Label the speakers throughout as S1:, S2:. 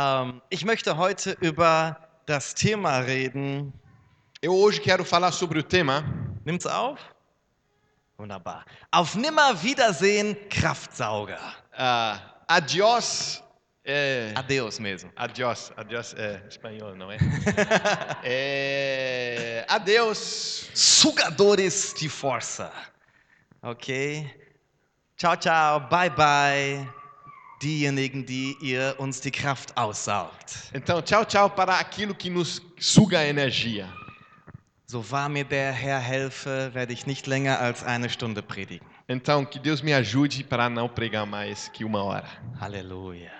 S1: Ähm, ich möchte heute über das Thema reden.
S2: Eu hoje quero falar sobre o tema
S1: Nimmt's auf? Wunderbar. Auf Nimmerwiedersehen Kraftsauger.
S2: ah, Adiós. É,
S1: Adeus mesmo.
S2: adiós, adiós é espanhol, não é? é adeus.
S1: Sugadores de Força. Okay. Ciao, ciao, bye, bye. Diejenigen, die ihr uns die Kraft aussaugt.
S2: Então, tchau, tchau para aquilo que nos suga a energia.
S1: So wahr mir der Herr helfe, werde ich nicht länger als eine Stunde predigen.
S2: Então, que Deus me ajude para não pregar mais que uma hora.
S1: Halleluja.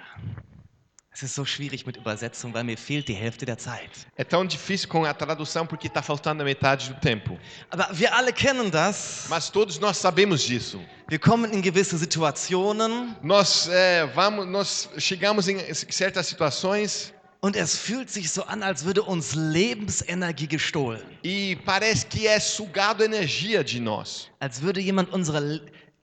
S1: Es ist so schwierig mit Übersetzung, weil mir fehlt die Hälfte der Zeit.
S2: É tão difícil com a tradução porque está faltando a metade do tempo.
S1: Aber wir alle kennen das.
S2: Mas todos nós sabemos disso.
S1: Wir kommen in gewisse Situationen
S2: Nós é, vamos, nós chegamos em certas situações
S1: und es fühlt sich so an, als würde uns Lebensenergie gestohlen.
S2: e parece que é sugado energia de nós.
S1: Als würde jemand unsere L-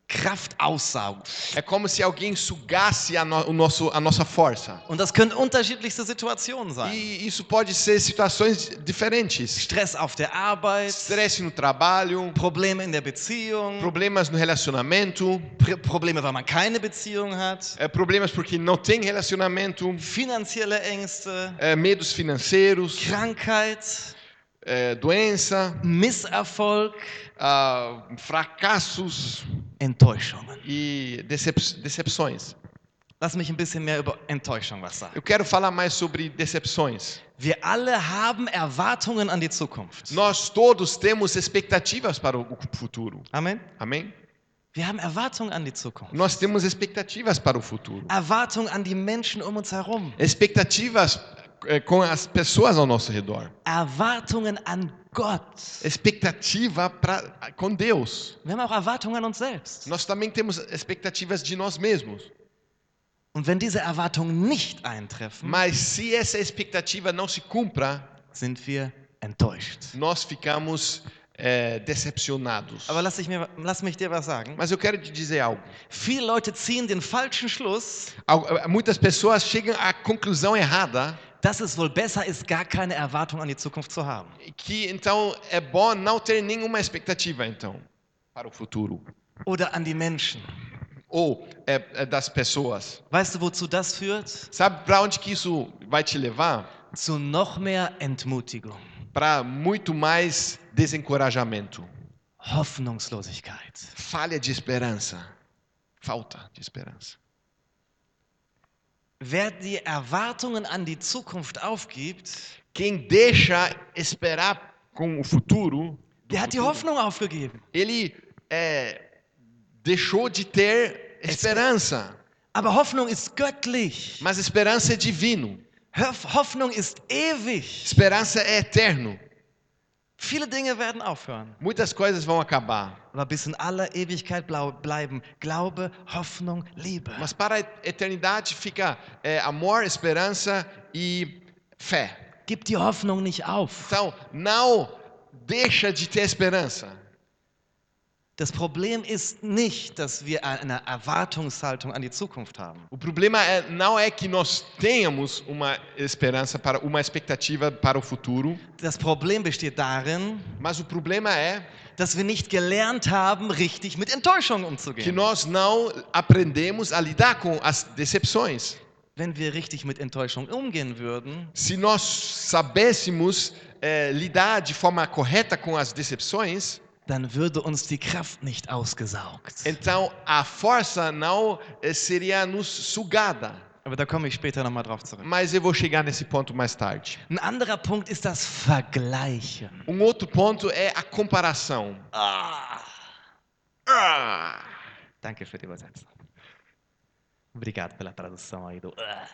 S1: Kraft aussaugen.
S2: É como se alguém sugasse a, no, o nosso, a nossa força.
S1: Und das können unterschiedlichste Situationen sein.
S2: E isso pode ser situações diferentes.
S1: Stress auf der Arbeit,
S2: Estresse no trabalho,
S1: Probleme in der Beziehung,
S2: problemas no relacionamento,
S1: Pr Probleme, weil man keine Beziehung hat,
S2: é, problemas porque não tem relacionamento,
S1: finanzielle Ängste,
S2: é, medos financeiros,
S1: Krankheit,
S2: é, doença,
S1: Misserfolg,
S2: ah, fracassos
S1: Enttäuschungen.
S2: e decep- decepções.
S1: Lass mich ein bisschen mehr über Enttäuschung was sagen.
S2: Eu quero falar mais sobre decepções.
S1: Wir alle haben Erwartungen an die Zukunft.
S2: Nós todos temos expectativas para o futuro.
S1: Amen.
S2: Amém?
S1: Wir haben Erwartungen an die Zukunft.
S2: Nós temos expectativas para o futuro.
S1: Erwartungen an die Menschen um uns herum.
S2: expectativas eh, com as pessoas ao nosso redor,
S1: Erwartungen an Gott.
S2: expectativa pra, com Deus.
S1: Wir haben auch Erwartungen an uns selbst.
S2: Nós também temos expectativas de nós mesmos,
S1: Und wenn diese Erwartungen nicht eintreffen,
S2: mas se essa expectativa não se cumpra,
S1: sind wir enttäuscht.
S2: nós ficamos eh, decepcionados.
S1: Aber lass, ich mir, lass mich dir was sagen.
S2: Mas eu quero te dizer algo.
S1: Viele Leute ziehen den falschen Schluss,
S2: Al- eh, Muitas pessoas chegam à conclusão errada
S1: dass es wohl besser ist, gar keine Erwartung an die Zukunft zu haben.
S2: que então é bom não ter nenhuma expectativa então para o futuro
S1: Oder an die Menschen.
S2: ou eh, eh, das pessoas.
S1: Weißt du, wozu das führt?
S2: Sabe para onde que isso vai te levar?
S1: Zu noch mehr Entmutigung,
S2: para muito mais desencorajamento,
S1: Hoffnungslosigkeit.
S2: falha de esperança, falta de esperança.
S1: Wer die Erwartungen an die Zukunft aufgibt,
S2: Quem deixa esperar com o futuro, do
S1: der hat die
S2: futuro,
S1: Hoffnung aufgegeben.
S2: ele é, deixou de ter esperança,
S1: Aber Hoffnung ist göttlich.
S2: mas esperança é divino,
S1: Hoff- Hoffnung ist ewig.
S2: esperança é eterno.
S1: Viele Dinge werden aufhören.
S2: Muitas coisas vão acabar,
S1: Aber bis in aller Ewigkeit blau bleiben Glaube, Hoffnung, Liebe.
S2: mas para a eternidade fica é, amor, esperança e fé.
S1: Gib die Hoffnung nicht auf.
S2: Então, não deixa de ter esperança.
S1: Das Problem ist nicht, dass wir eine Erwartungshaltung an die Zukunft haben.
S2: O problema é, não é que nós tenhamos uma esperança para uma expectativa para o futuro,
S1: Das Problem besteht darin,
S2: mas o problema é
S1: dass wir nicht gelernt haben, richtig mit Enttäuschung
S2: que
S1: umzugehen.
S2: nós não aprendemos a lidar com as decepções.
S1: Wenn wir richtig mit Enttäuschung umgehen würden,
S2: Se nós sabêssemos eh, lidar de forma correta com as decepções,
S1: dann würde uns die Kraft nicht ausgesaugt.
S2: então a força não eh, seria nos sugada.
S1: Aber da komme ich später nochmal drauf zurück.
S2: Mas eu vou chegar nesse ponto mais tarde.
S1: Ein anderer Punkt ist das Vergleichen.
S2: Um outro ponto é a comparação.
S1: Ah,
S2: Ah!
S1: danke für die Übersetzung. Obrigado pela tradução aí do. Ah.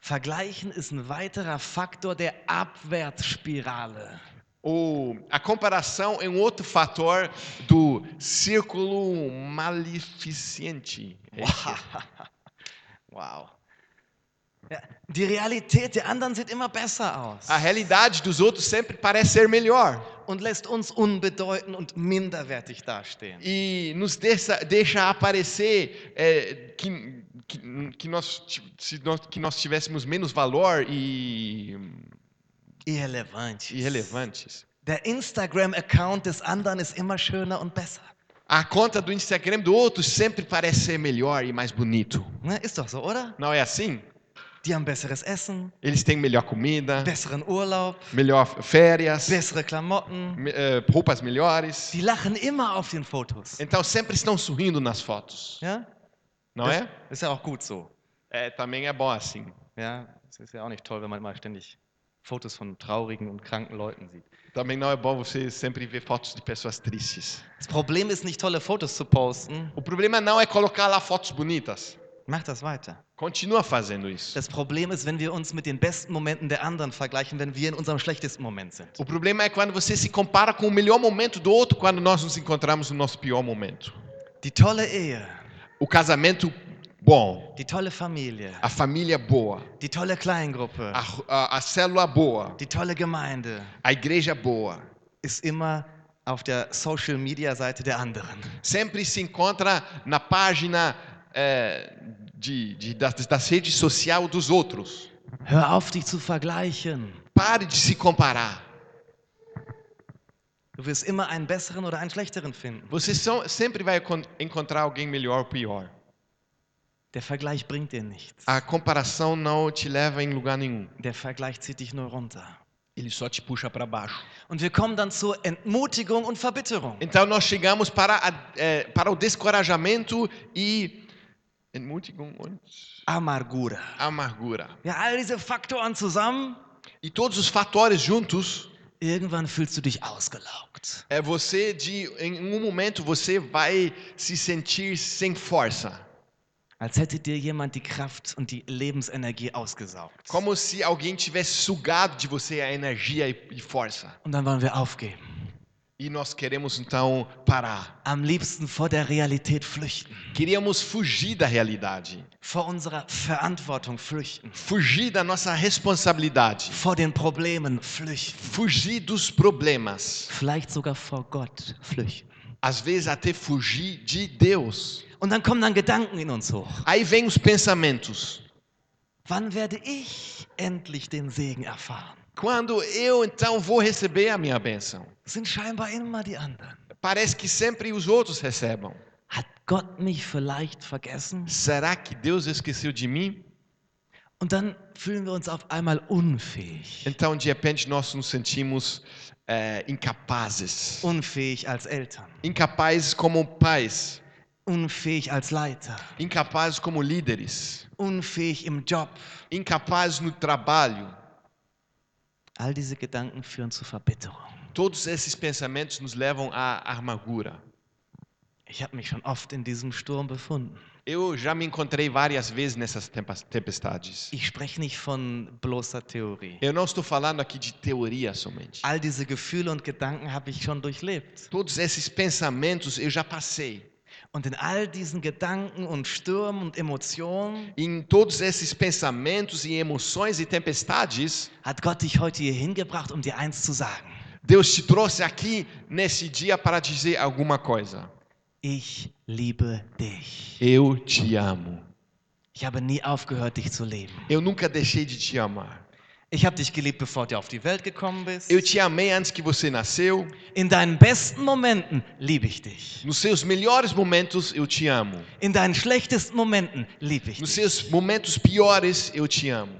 S1: Vergleichen ist ein weiterer Faktor der Abwärtsspirale.
S2: O, a comparação é um outro fator do círculo maleficiente. É isso?
S1: Wow. Ja, die Realität der anderen sieht immer besser aus.
S2: A realidade dos outros sempre parece ser melhor.
S1: und lässt uns unbedeutend und minderwertig dastehen.
S2: e nos deixa, deixa aparecer é, que, que, que nós, ti- se nós, que nós tivéssemos menos valor e hum,
S1: Irrelevante.
S2: irrelevantes.
S1: Der Instagram-Account des anderen ist immer schöner und besser.
S2: A conta do Instagram do outro sempre parece ser melhor e mais bonito.
S1: Ne, ist doch so, oder?
S2: Não é assim?
S1: Die haben besseres Essen,
S2: Eles têm melhor comida,
S1: besseren Urlaub,
S2: melhor férias,
S1: bessere Klamotten.
S2: me- eh, roupas melhores.
S1: Die lachen immer auf den Fotos.
S2: Então sempre estão sorrindo nas fotos,
S1: Ja?
S2: não é?
S1: Ist ja auch gut so.
S2: É, também é bom assim.
S1: Ja, es ist ja auch nicht toll, wenn man immer ständig Fotos von traurigen und kranken Leuten sieht.
S2: Também não é bom você sempre ver fotos de pessoas tristes.
S1: Das Problem ist nicht, tolle Fotos zu posten.
S2: O problema não é colocar lá fotos bonitas.
S1: Mach das weiter.
S2: Continua fazendo isso.
S1: Das Problem ist, wenn wir uns mit den besten Momenten der anderen vergleichen, wenn wir in unserem schlechtesten Moment sind.
S2: O problema é quando você se compara com o melhor momento do outro quando nós nos encontramos no nosso pior momento.
S1: Die tolle Ehe,
S2: O casamento bom,
S1: die tolle Familie,
S2: a família boa,
S1: die tolle Kleingruppe,
S2: a, ru- a, a célula boa,
S1: die tolle Gemeinde
S2: a igreja boa,
S1: ist immer auf der Social-Media-Seite der anderen.
S2: sempre se encontra na página eh, de, de, das, das redes sociais dos outros.
S1: Hör auf, dich zu vergleichen.
S2: Pare de se comparar.
S1: Du wirst immer einen besseren oder einen schlechteren finden.
S2: Você só, sempre vai encon- encontrar alguém melhor ou pior.
S1: Der Vergleich bringt dir nichts.
S2: A comparação não te leva em lugar nenhum.
S1: Der Vergleich zieht dich nur runter.
S2: Ele só te puxa para baixo.
S1: Und wir kommen dann zur Entmutigung und Verbitterung.
S2: Então nós chegamos para, a, eh, para o descorajamento e Entmutigung und
S1: Amargura.
S2: amargura.
S1: Ja, all diese Faktoren zusammen.
S2: E todos os fatores juntos,
S1: Irgendwann fühlst du dich ausgelaugt.
S2: é você de em um momento você vai se sentir sem força,
S1: Als hätte dir jemand die Kraft und die Lebensenergie ausgesaugt.
S2: como se alguém tivesse sugado de você a energia e, e força.
S1: Und dann wollen wir aufgeben.
S2: E nós queremos então parar.
S1: Am liebsten vor der Realität flüchten.
S2: Queríamos fugir da realidade,
S1: Vor unserer Verantwortung flüchten.
S2: fugir da nossa responsabilidade,
S1: Vor den Problemen flüchten.
S2: fugir dos problemas,
S1: Vielleicht sogar vor Gott flüchten.
S2: às vezes até fugir de Deus.
S1: Und dann kommen dann Gedanken in uns hoch.
S2: Aí vem os pensamentos.
S1: Wann werde ich endlich den Segen erfahren?
S2: Quando eu então vou receber a minha bênção?
S1: Das sind scheinbar immer die anderen.
S2: Parece que sempre os outros recebam.
S1: Hat Gott mich vielleicht vergessen?
S2: Será que Deus esqueceu de mim?
S1: Und dann fühlen wir uns auf einmal unfähig.
S2: Então, de repente, nós nos sentimos eh, incapazes.
S1: Unfähig als Eltern,
S2: Incapazes como pais,
S1: unfähig als Leiter,
S2: incapazes como líderes,
S1: unfähig im Job.
S2: incapazes no trabalho.
S1: All diese Gedanken führen zu Verbitterung.
S2: Todos esses pensamentos nos levam à amargura.
S1: Ich habe mich schon oft in diesem Sturm befunden.
S2: Eu já me encontrei várias vezes nessas tempas- tempestades.
S1: Ich spreche nicht von bloßer Theorie.
S2: Eu não estou falando aqui de teoria somente.
S1: All diese Gefühle und Gedanken habe ich schon durchlebt.
S2: Todos esses pensamentos eu já passei.
S1: Und in all diesen Gedanken und Stürmen und Emotionen
S2: Em todos esses pensamentos e emoções e tempestades,
S1: hat Gott dich heute hier hingebracht, um dir eins zu sagen.
S2: Deus te trouxe aqui nesse dia para dizer alguma coisa.
S1: Ich liebe dich.
S2: Eu te amo.
S1: Ich habe nie aufgehört, dich zu lieben.
S2: Eu nunca deixei de te amar.
S1: Ich habe dich geliebt, bevor du auf die Welt gekommen bist.
S2: Eu te amei antes que você nasceu.
S1: In deinen besten Momenten liebe ich dich.
S2: Nos seus melhores momentos, eu te amo.
S1: In deinen schlechtesten Momenten liebe ich
S2: Nos
S1: dich.
S2: seus momentos piores, eu te amo.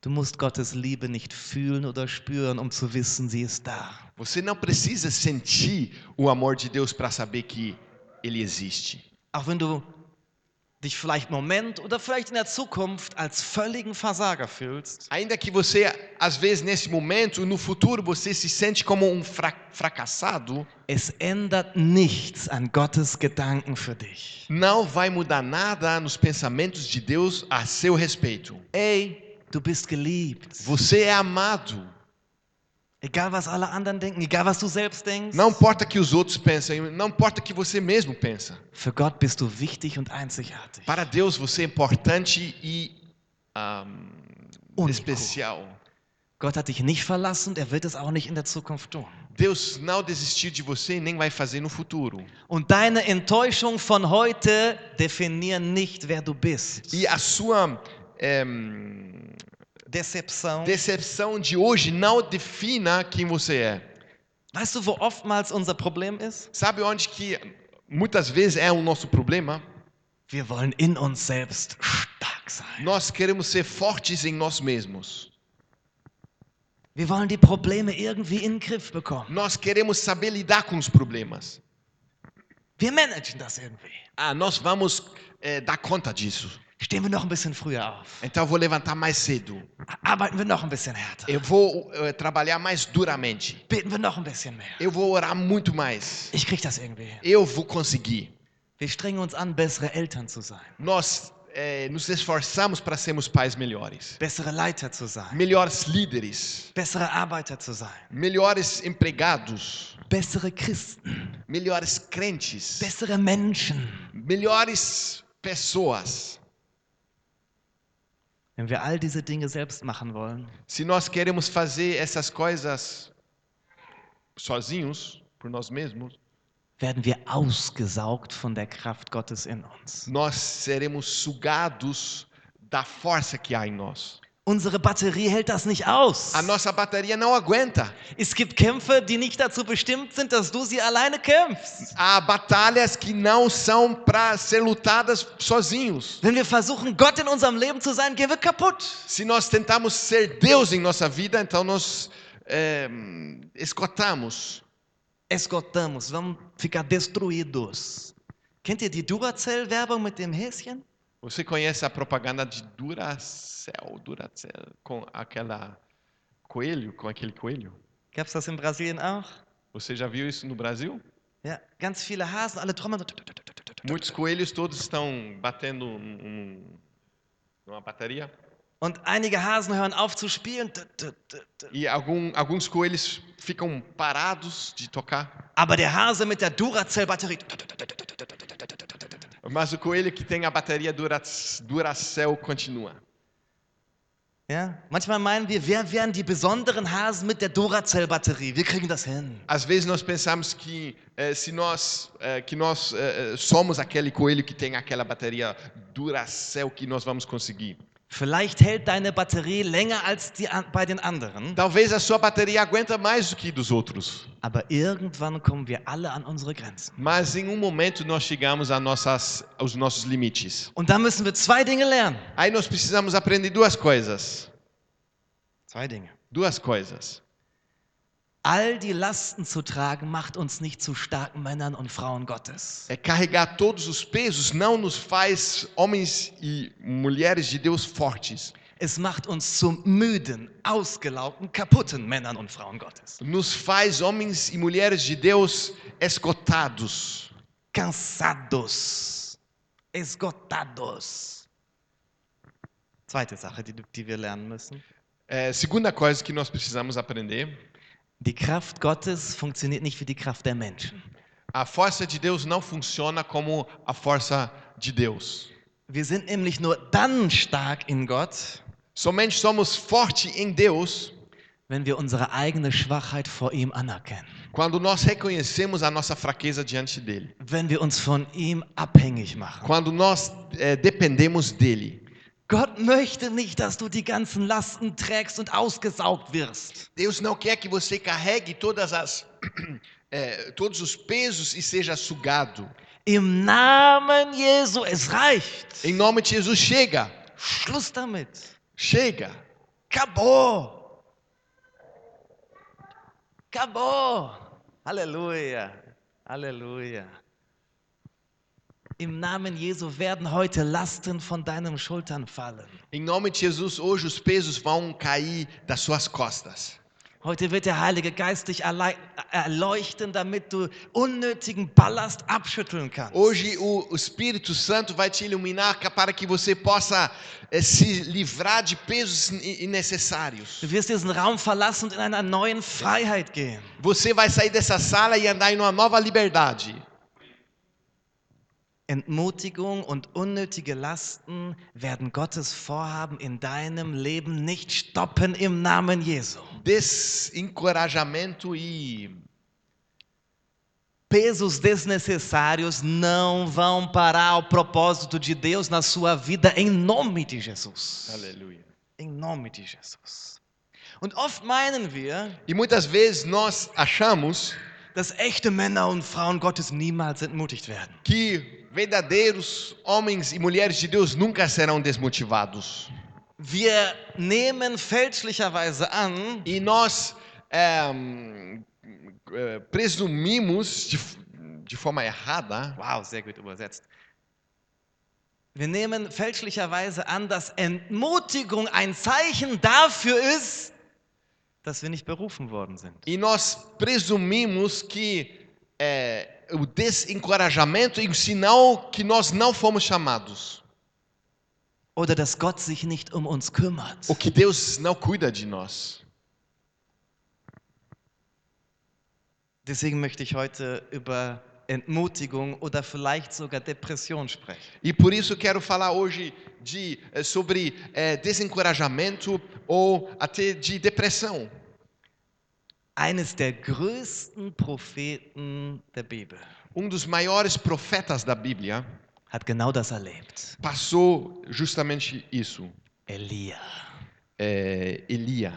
S1: Du musst Gottes Liebe nicht fühlen oder spüren, um zu wissen, sie ist da.
S2: Você não precisa sentir o amor de Deus para saber que ele existe.
S1: Auch wenn du dich vielleicht im Moment oder vielleicht in der Zukunft als völligen Versager fühlst,
S2: Ainda que você, às vezes, nesse momento, no futuro, você se sente como um fra fracassado,
S1: es ändert nichts an Gottes Gedanken für dich.
S2: não vai mudar nada nos pensamentos de Deus a seu respeito.
S1: Ey, du bist geliebt.
S2: Você é amado.
S1: Egal was alle anderen denken, egal was du selbst denkst.
S2: Não importa o que os outros pensam, não importa o que você mesmo pensa.
S1: Für Gott bist du wichtig und einzigartig.
S2: Para Deus você é importante e ah,
S1: Único.
S2: especial.
S1: Gott hat dich nicht verlassen und er wird es auch nicht in der Zukunft tun.
S2: Deus não desistiu de você e nem vai fazer no futuro.
S1: Und deine Enttäuschung von heute definieren nicht, wer du bist.
S2: E a sua ehm,
S1: Decepção.
S2: decepção de hoje não defina quem você é.
S1: Weißt du, wo oftmals unser Problem ist?
S2: Sabe onde que muitas vezes é o nosso problema?
S1: Wir wollen in uns selbst stark sein.
S2: Nós queremos ser fortes em nós mesmos.
S1: Wir wollen die Probleme irgendwie in den Griff bekommen.
S2: Nós queremos saber lidar com os problemas.
S1: Wir managen das irgendwie.
S2: Ah, nós vamos eh, dar conta disso.
S1: Stehen wir noch ein bisschen früher auf.
S2: Então eu vou levantar mais cedo.
S1: Arbeiten wir noch ein bisschen härter.
S2: Eu vou eh, trabalhar mais duramente.
S1: Beten wir noch ein bisschen mehr.
S2: Eu vou orar muito mais.
S1: Ich krieg das irgendwie hin.
S2: Eu vou conseguir.
S1: Wir strengen uns an, bessere Eltern zu sein,
S2: Nós eh, nos esforçamos para sermos pais melhores,
S1: bessere Leiter zu sein,
S2: melhores líderes,
S1: bessere Arbeiter zu sein,
S2: melhores empregados,
S1: bessere Christen,
S2: melhores crentes,
S1: bessere Menschen.
S2: melhores pessoas.
S1: Wenn wir all diese Dinge selbst machen wollen,
S2: Se nós queremos fazer essas coisas sozinhos, por nós mesmos,
S1: werden wir ausgesaugt von der Kraft Gottes in uns.
S2: nós seremos sugados da força que há em nós.
S1: Unsere Batterie hält das nicht aus.
S2: A nossa bateria não aguenta.
S1: Es gibt Kämpfe, die nicht dazu bestimmt sind, dass du sie alleine kämpfst.
S2: Há batalhas que não são para ser lutadas sozinhos.
S1: Wenn wir versuchen, Gott in unserem Leben zu sein, gehen wir kaputt.
S2: Se nós tentamos ser Deus em nossa vida, então nós eh, esgotamos.
S1: Esgotamos, vamos ficar destruídos. Kennt ihr die Duracell-Werbung mit dem Häschen?
S2: Você conhece a propaganda de Duracell, Duracell, com aquela coelho, com aquele coelho?
S1: Gab es das in Brasilien auch?
S2: Você já viu isso no Brasil?
S1: Ja, ganz viele Hasen, alle trommeln. so tut, tut, tut, tut, tut, tut.
S2: Muitos coelhos todos estão batendo num- num- numa bateria
S1: Und einige Hasen hören auf zu spielen. tut, tut, tut, tut.
S2: e algum- alguns coelhos ficam parados de tocar,
S1: Aber der Hase mit der Duracell-Batterie. tut, tut, tut, tut, tut, tut, tut, tut, tut, tut, tut.
S2: mas o coelho que tem a bateria Durac- Duracell continua.
S1: Ja, manchmal meinen wir, wer wären die besonderen Hasen mit der Duracell-Batterie? Wir kriegen das hin.
S2: Às vezes nós pensamos que eh, se nós eh, que nós eh, eh, somos aquele coelho que tem aquela bateria Duracell que nós vamos conseguir.
S1: Vielleicht hält deine Batterie länger als die an bei den anderen,
S2: Talvez a sua bateria aguenta mais do que dos outros,
S1: aber irgendwann kommen wir alle an unsere Grenzen.
S2: mas em um momento nós chegamos a nossas aos nossos limites.
S1: Und da müssen wir zwei Dinge lernen.
S2: Aí nós precisamos aprender duas coisas,
S1: Zwei Dinge.
S2: duas coisas.
S1: All die Lasten zu tragen macht uns nicht zu starken Männern und Frauen Gottes.
S2: É carregar todos os pesos não nos faz homens e mulheres de Deus fortes.
S1: Es macht uns zu müden, ausgelaugten, kaputten Männern und Frauen Gottes.
S2: Nos faz homens e mulheres de Deus esgotados.
S1: Cansados, esgotados. Zweite Sache, die, die wir lernen müssen.
S2: É, segunda coisa que nós precisamos aprender:
S1: Die Kraft Gottes funktioniert nicht wie die Kraft der Menschen.
S2: a força de Deus não funciona como a força de Deus.
S1: Wir sind nämlich nur dann stark in Gott,
S2: Somente somos fortes em Deus
S1: wenn wir unsere eigene Schwachheit vor ihm anerkennen,
S2: quando nós reconhecemos a nossa fraqueza diante dele,
S1: wenn wir uns von ihm abhängig machen.
S2: quando nós é, dependemos dele.
S1: Gott möchte nicht, dass du die ganzen Lasten trägst und ausgesaugt wirst.
S2: Deus não quer que você carregue todas as, é, todos os pesos e seja sugado.
S1: Im Namen Jesu, es reicht.
S2: Em nome de Jesus, chega,
S1: Schluss damit.
S2: chega,
S1: Acabou. Acabou. Halleluja. Halleluja. Im Namen Jesu werden heute Lasten von deinen Schultern fallen.
S2: Em nome de Jesus, hoje os pesos vão cair das suas costas.
S1: Heute wird der Heilige Geist dich erlei- erleuchten, damit du unnötigen Ballast abschütteln kannst.
S2: Hoje o, o Espírito Santo vai te iluminar ca- para que você possa eh, se livrar de pesos in- innecessários.
S1: Du wirst diesen Raum verlassen und in einer neuen Freiheit gehen.
S2: Você vai sair dessa sala e andar em uma nova liberdade.
S1: Entmutigung und unnötige Lasten werden Gottes Vorhaben in deinem Leben nicht stoppen im Namen Jesu.
S2: Desencorajamento e
S1: Pesos desnecessários não vão parar o propósito de Deus na sua vida em nome de Jesus.
S2: aleluia.
S1: Em nome de Jesus. Und oft meinen wir,
S2: E muitas vezes nós achamos
S1: dass echte Männer und Frauen Gottes niemals entmutigt werden.
S2: que verdadeiros homens e mulheres de Deus nunca serão desmotivados.
S1: Wir nehmen fälschlicherweise an,
S2: E nós é, hum, é, presumimos de, f- de forma errada.
S1: wow, sehr gut übersetzt. Wir nehmen fälschlicherweise an, dass Entmutigung ein Zeichen dafür ist, dass wir nicht berufen worden sind.
S2: E nós presumimos que é, o desencorajamento é um sinal que nós não fomos chamados.
S1: Oder dass Gott sich nicht um uns kümmert.
S2: O que Deus não cuida de nós.
S1: Deswegen möchte ich heute über Entmutigung oder vielleicht sogar Depression sprechen.
S2: E por isso quero falar hoje de, eh, sobre eh, desencorajamento ou até de depressão.
S1: Eines der größten Propheten der Bibel
S2: Um dos maiores profetas da Bíblia
S1: hat genau das erlebt.
S2: passou justamente isso.
S1: Elia.
S2: É, Elia,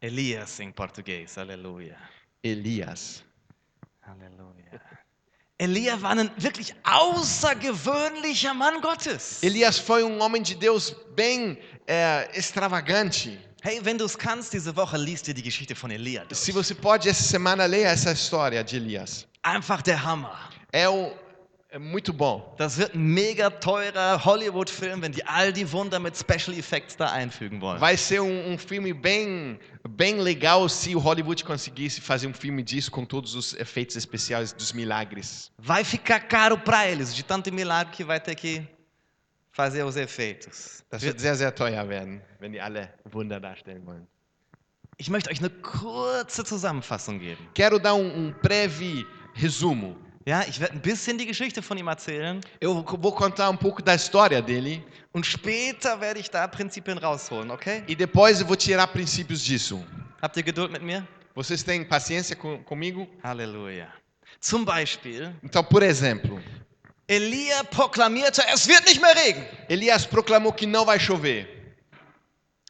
S1: Elias em português, aleluia.
S2: Elias.
S1: Halleluja. Elia war ein wirklich außergewöhnlicher Mann Gottes.
S2: Elias foi um homem de Deus bem eh, extravagante.
S1: Hey, wenn du es kannst, diese Woche liest dir die Geschichte von Elia durch.
S2: Se você pode, essa semana leia essa história de Elias.
S1: Einfach der Hammer.
S2: É, um, é muito bom.
S1: Das wird ein mega teurer Hollywood-Film, wenn die all die Wunder mit Special Effects da einfügen wollen.
S2: Vai ser um, um filme bem, bem legal se o Hollywood conseguisse fazer um filme disso com todos os efeitos especiais dos milagres.
S1: Vai ficar caro pra eles, de tanto milagre que vai ter que fazer os efeitos.
S2: Das wird sehr, sehr teuer werden, wenn die alle Wunder darstellen wollen.
S1: Ich möchte euch eine kurze Zusammenfassung geben.
S2: Quero dar um, um breve resumo.
S1: Ja, ich werde ein bisschen die Geschichte von ihm erzählen
S2: Eu vou contar um pouco da história dele
S1: und später werde ich da Prinzipien rausholen, okay?
S2: e depois eu vou tirar princípios disso.
S1: Habt ihr Geduld mit mir?
S2: Vocês têm paciência com, comigo?
S1: Halleluja. Zum Beispiel,
S2: Então, por exemplo,
S1: Elia proklamierte, es wird nicht mehr Regen.
S2: Elias proclamou que não vai chover.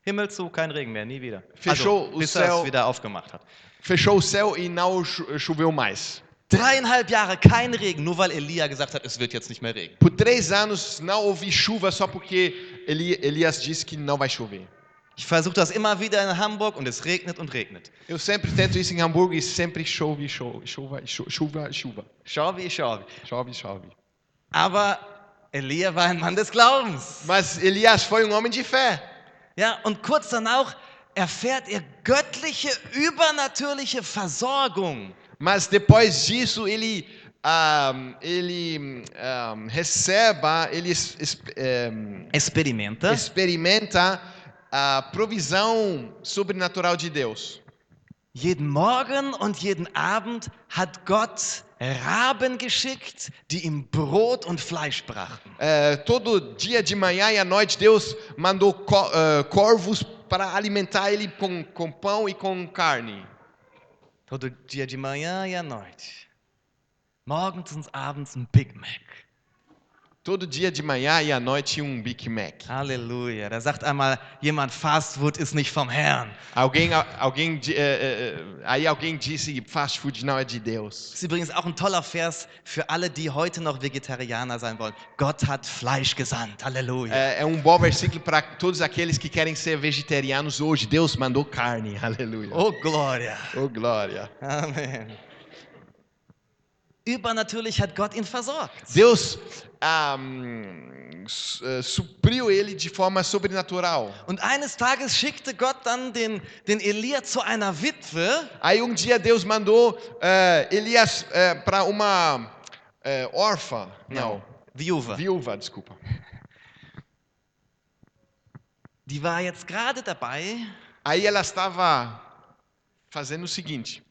S1: Himmel zu, kein Regen mehr, nie wieder. Also,
S2: Fechou o
S1: bis er es
S2: céu.
S1: wieder aufgemacht hat.
S2: Fechou o céu e não cho- choveu mais.
S1: Dreieinhalb Jahre kein Regen, nur weil Elia gesagt hat, es wird jetzt nicht mehr Regen.
S2: Por três anos não houve chuva só porque Eli, Elias disse que não vai chover.
S1: Ich versuche das immer wieder in Hamburg und es regnet und regnet.
S2: Eu sempre tento isso em Hamburgo e sempre chove, chove, chuva, chu- chuva, chuva.
S1: Schau wie, schau wie.
S2: Chove, chove.
S1: Aber Elia war ein Mann des Glaubens.
S2: Mas Elias foi um homem de fé.
S1: Ja, und kurz danach erfährt er göttliche, übernatürliche Versorgung.
S2: Mas depois disso ele ahm, ele ahm, receba, ele es- es- ehm,
S1: Experimente.
S2: experimenta a provisão sobrenatural de Deus.
S1: Jeden Morgen und jeden Abend hat Gott Raben geschickt, die ihm Brot und Fleisch brachten.
S2: É, todo dia de manhã e à noite Deus mandou co- eh, corvos para alimentar ele com, com pão e com carne.
S1: Todo dia de manhã e à noite. Morgens und abends ein Big Mac.
S2: Todo dia de manhã e à noite um Big Mac.
S1: Halleluja. Da sagt einmal jemand, Fast Food ist nicht vom Herrn.
S2: Alguém, a- alguém, di- eh, eh, eh, aí alguém disse fast food não é de Deus.
S1: Ist übrigens auch ein toller Vers für alle, die heute noch Vegetarianer sein wollen. Gott hat Fleisch gesandt. Halleluja.
S2: É, é um bom versículo para todos aqueles que querem ser vegetarianos hoje. Deus mandou carne, aleluia.
S1: Oh, Gloria.
S2: Oh, glória.
S1: Amen. Übernatürlich hat Gott ihn versorgt.
S2: Deus ah, hum, su- eh, supriu ele de forma sobrenatural.
S1: Und eines Tages schickte Gott dann den, den Elia zu einer Witwe,
S2: Aí um dia Deus mandou eh, Elias para uma eh, órfã, não,
S1: Viuwe.
S2: viúva, desculpa.
S1: Die war jetzt gerade dabei,
S2: Aí ela estava fazendo o seguinte: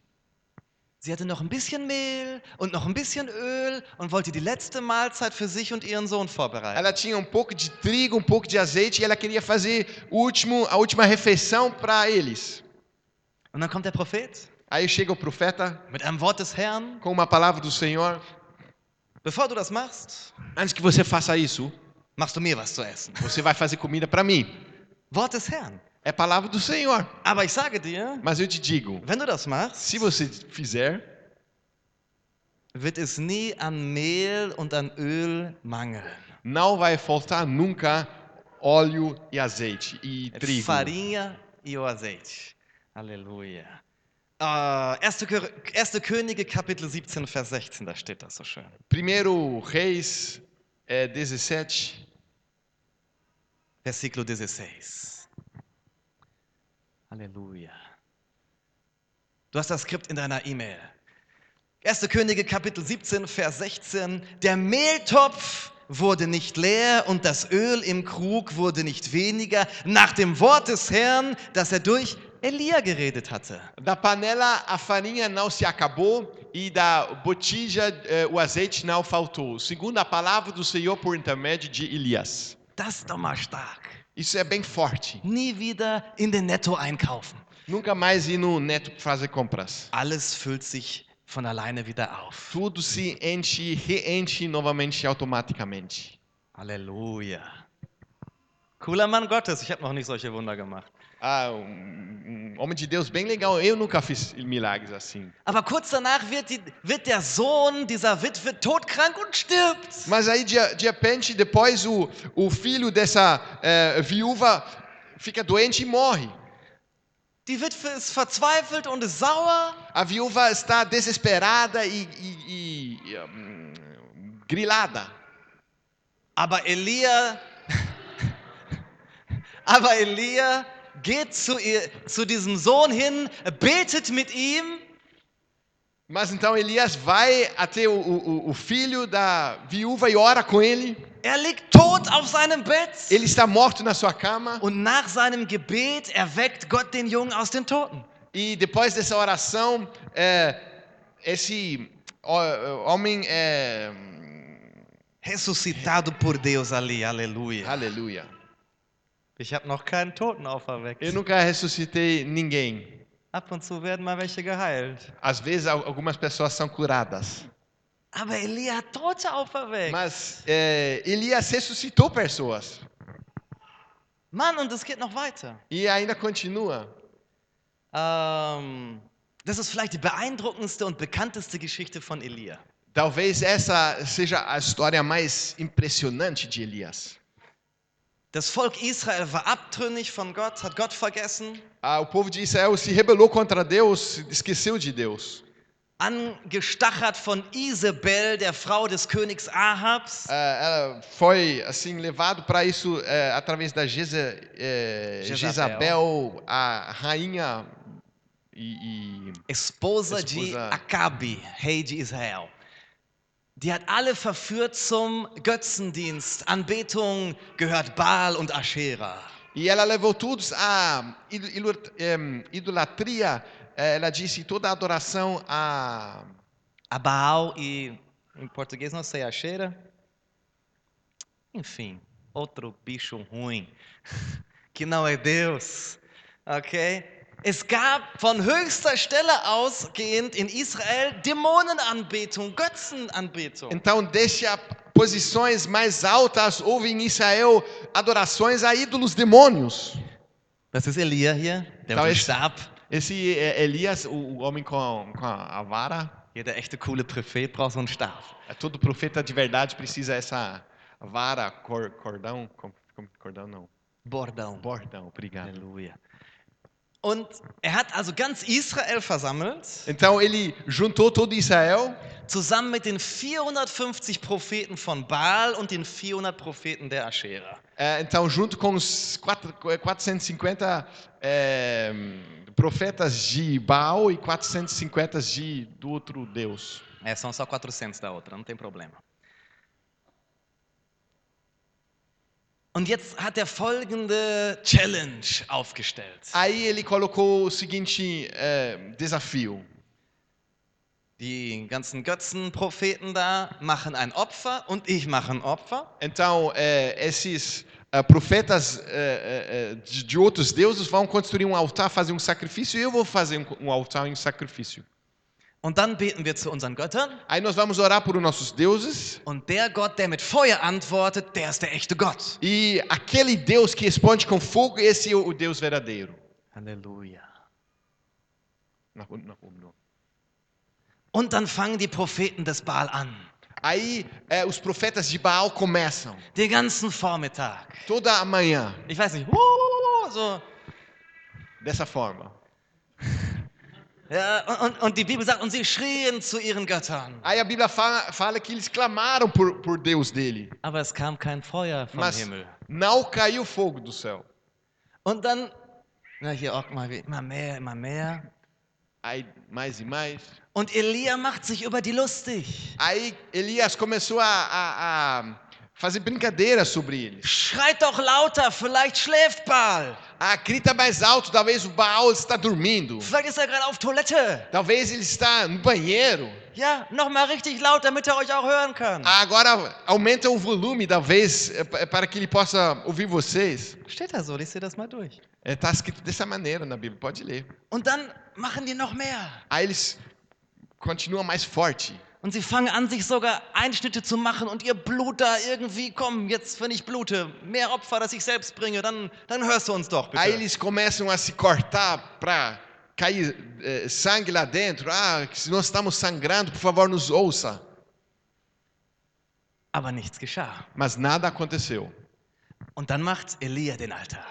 S1: Sie hatte noch ein bisschen Mehl und noch ein bisschen Öl und wollte die letzte Mahlzeit für sich und ihren Sohn vorbereiten.
S2: Ela tinha um pouco de trigo, um pouco de azeite e ela queria fazer o último, a última refeição para eles.
S1: Und dann kommt der Prophet
S2: Aí chega o profeta
S1: mit einem Wort des Herrn.
S2: com uma palavra do Senhor:
S1: Bevor du das machst,
S2: Antes que você faça isso,
S1: machst du mir was zu essen.
S2: você vai fazer comida para mim.
S1: Wort des Herrn.
S2: É palavra do Senhor.
S1: Aber ich sage dir,
S2: Mas eu te digo:
S1: wenn du das machst,
S2: se você fizer,
S1: wird es nie an Mehl und an Öl mangeln.
S2: não vai faltar nunca óleo e azeite e
S1: É
S2: trigo.
S1: Farinha e o azeite. Halleluja. Äh, 1. Kö- 1. Könige, Kapitel 17, Vers 16, da steht das so schön.
S2: Primeiro Reis é, 17,
S1: Versículo 16. Halleluja. Du hast das Skript in deiner E-Mail. 1. Könige, Kapitel 17, Vers 16. Der Mehltopf wurde nicht leer und das Öl im Krug wurde nicht weniger nach dem Wort des Herrn, das er durch Elia geredet hatte.
S2: da panela a farinha não se acabou e da botija é, o azeite não faltou, segundo a palavra do Senhor por intermédio de Elias.
S1: Das ist doch mal stark.
S2: Isso é bem forte.
S1: Nie wieder in den Netto einkaufen.
S2: Nunca mais ir no neto fazer compras.
S1: Alles füllt sich von alleine wieder auf.
S2: Tudo se enche e reenche novamente automaticamente.
S1: Halleluja. Cooler Mann Gottes, ich habe noch nicht solche Wunder gemacht.
S2: Ah, um, um homem de Deus bem legal. Eu nunca fiz milagres assim.
S1: Aber kurz danach wird, die, wird der Sohn dieser Witwe todkrank und stirbt.
S2: Mas aí, de, de repente, depois o, o filho dessa eh, viúva fica doente e morre.
S1: Die Witwe ist verzweifelt und ist sauer.
S2: A viúva está desesperada e, e- e, hum, grilada.
S1: Aber Elia, aber Elia geht zu, ihr, zu diesem Sohn hin, betet mit ihm
S2: Mas então Elias vai até o, o- o filho da viúva e ora com ele.
S1: Er liegt tot auf seinem Bett.
S2: Ele está morto na sua cama.
S1: Und nach seinem Gebet erweckt Gott den Jungen aus den Toten.
S2: E depois dessa oração, eh, esse ho- homem é.
S1: Ressuscitado por Deus ali, Halleluja.
S2: Aleluia.
S1: Ich habe noch keinen Toten
S2: Eu
S1: auferweckt.
S2: nunca ressuscitei ninguém.
S1: Ab und zu werden mal welche geheilt.
S2: Às vezes al- algumas pessoas são curadas.
S1: Aber Elia hat Tote auferweckt.
S2: Mas eh, Elias ressuscitou pessoas.
S1: Mann, und es geht noch weiter.
S2: E ainda continua.
S1: Ähm, das ist vielleicht die beeindruckendste und bekannteste Geschichte von Elia.
S2: Talvez essa seja a história mais impressionante de Elias.
S1: Das Volk Israel war abtrünnig von Gott, hat Gott vergessen,
S2: Ah, o povo de Israel se rebelou contra Deus, se esqueceu de Deus.
S1: angestachelt von Isabel, der Frau des Königs Ahabs.
S2: Ah, ela foi assim levado para isso eh, através da Jeze, eh,
S1: Jezabel.
S2: Jezabel, a rainha e, e
S1: Esposa de
S2: Esposa.
S1: Acabe, rei de Israel. Die hat alle verführt zum Götzendienst. Anbetung gehört Baal und Asherah.
S2: E ela levou todos à ido- ilu- em, idolatria. Eh, Ela disse toda a adoração a
S1: A Baal e em português não sei Asherah. Enfim, outro bicho ruim que não é Deus. OK? Es gab von höchster Stelle ausgehend in Israel Dämonenanbetung, Götzenanbetung.
S2: Então, desde a posições mais altas, houve em Israel adorações a ídolos demônios.
S1: Das ist Elia hier, der
S2: Da
S1: mit dem
S2: ist-
S1: Stab.
S2: Esse eh, Elias, o- o homem com a, com a a vara,
S1: Jeder echte coole Prophet braucht so einen Stab.
S2: é todo profeta de verdade precisa essa vara, cor- cordão, com- com- cordão não,
S1: Bordão.
S2: bordão, obrigado.
S1: Halleluja. Und er hat also ganz Israel versammelt,
S2: Então ele juntou todo Israel
S1: zusammen mit den 450 Propheten von Baal und den 400 Propheten der Aschera.
S2: É, então, junto com os quatro- é, 450 é, profetas de Baal e 450 de, do outro Deus.
S1: É, Äh, são só 400 da outra, não tem problema. Und jetzt hat er folgende Challenge aufgestellt.
S2: Aí ele colocou o seguinte é, desafio:
S1: Die ganzen Götzenpropheten da machen ein Opfer und ich mache ein Opfer.
S2: Então, é, esses ah, profetas é, é, é, de, de outros deuses vão construir um altar, fazer um sacrifício, e eu vou fazer um, um altar e um sacrifício.
S1: Und dann beten wir zu unseren Göttern.
S2: Aí nós vamos orar por nossos deuses,
S1: Und der Gott, der mit Feuer antwortet, der ist der echte Gott.
S2: e aquele Deus que responde com fogo, esse é o o Deus verdadeiro.
S1: Halleluja.
S2: Nach unten, nach oben nur.
S1: Und dann fangen die Propheten des Baal an.
S2: Aí é, os profetas de Baal começam,
S1: Den ganzen Vormittag.
S2: toda a manhã,
S1: Ich weiß nicht, uh, so.
S2: dessa forma.
S1: Ja, und, und, und die Bibel sagt, und sie schrien zu ihren Göttern.
S2: Aí a Bíblia fala, fala que eles clamaram por, por Deus dele,
S1: Aber es kam kein Feuer vom
S2: mas
S1: Himmel.
S2: não caiu fogo do céu.
S1: Und dann, na hier auch mal, immer mehr, immer mehr.
S2: Aí mais e mais.
S1: Und Elia macht sich über die lustig.
S2: Aí Elias começou a, a- a fazer brincadeira sobre eles.
S1: Schreit doch lauter, vielleicht schläft Baal.
S2: Ah, grita mais alto, talvez o Baal está dormindo.
S1: Vielleicht ist er gerade auf Toilette.
S2: Talvez ele está no banheiro.
S1: Ja, nochmal richtig laut, damit ihr euch auch hören könnt.
S2: Ah, agora aumenta o volume, talvez, é, pa- é para que ele possa ouvir vocês.
S1: Steht da so, liest dir das mal durch.
S2: Está escrito dessa maneira na Bíblia, pode ler.
S1: Und dann machen die noch mehr.
S2: Aí eles continuam mais forte.
S1: Und sie fangen an, sich sogar Einschnitte zu machen und ihr Blut da irgendwie, komm, jetzt, wenn ich blute, mehr Opfer, das ich selbst bringe, dann, dann hörst du uns doch bitte.
S2: Aí eles começam a se cortar para cair eh, sangue lá dentro. Ah, se nós estamos sangrando, por favor, nos ouça.
S1: Aber nichts geschah.
S2: Mas nada aconteceu.
S1: Und dann macht Elia den Altar.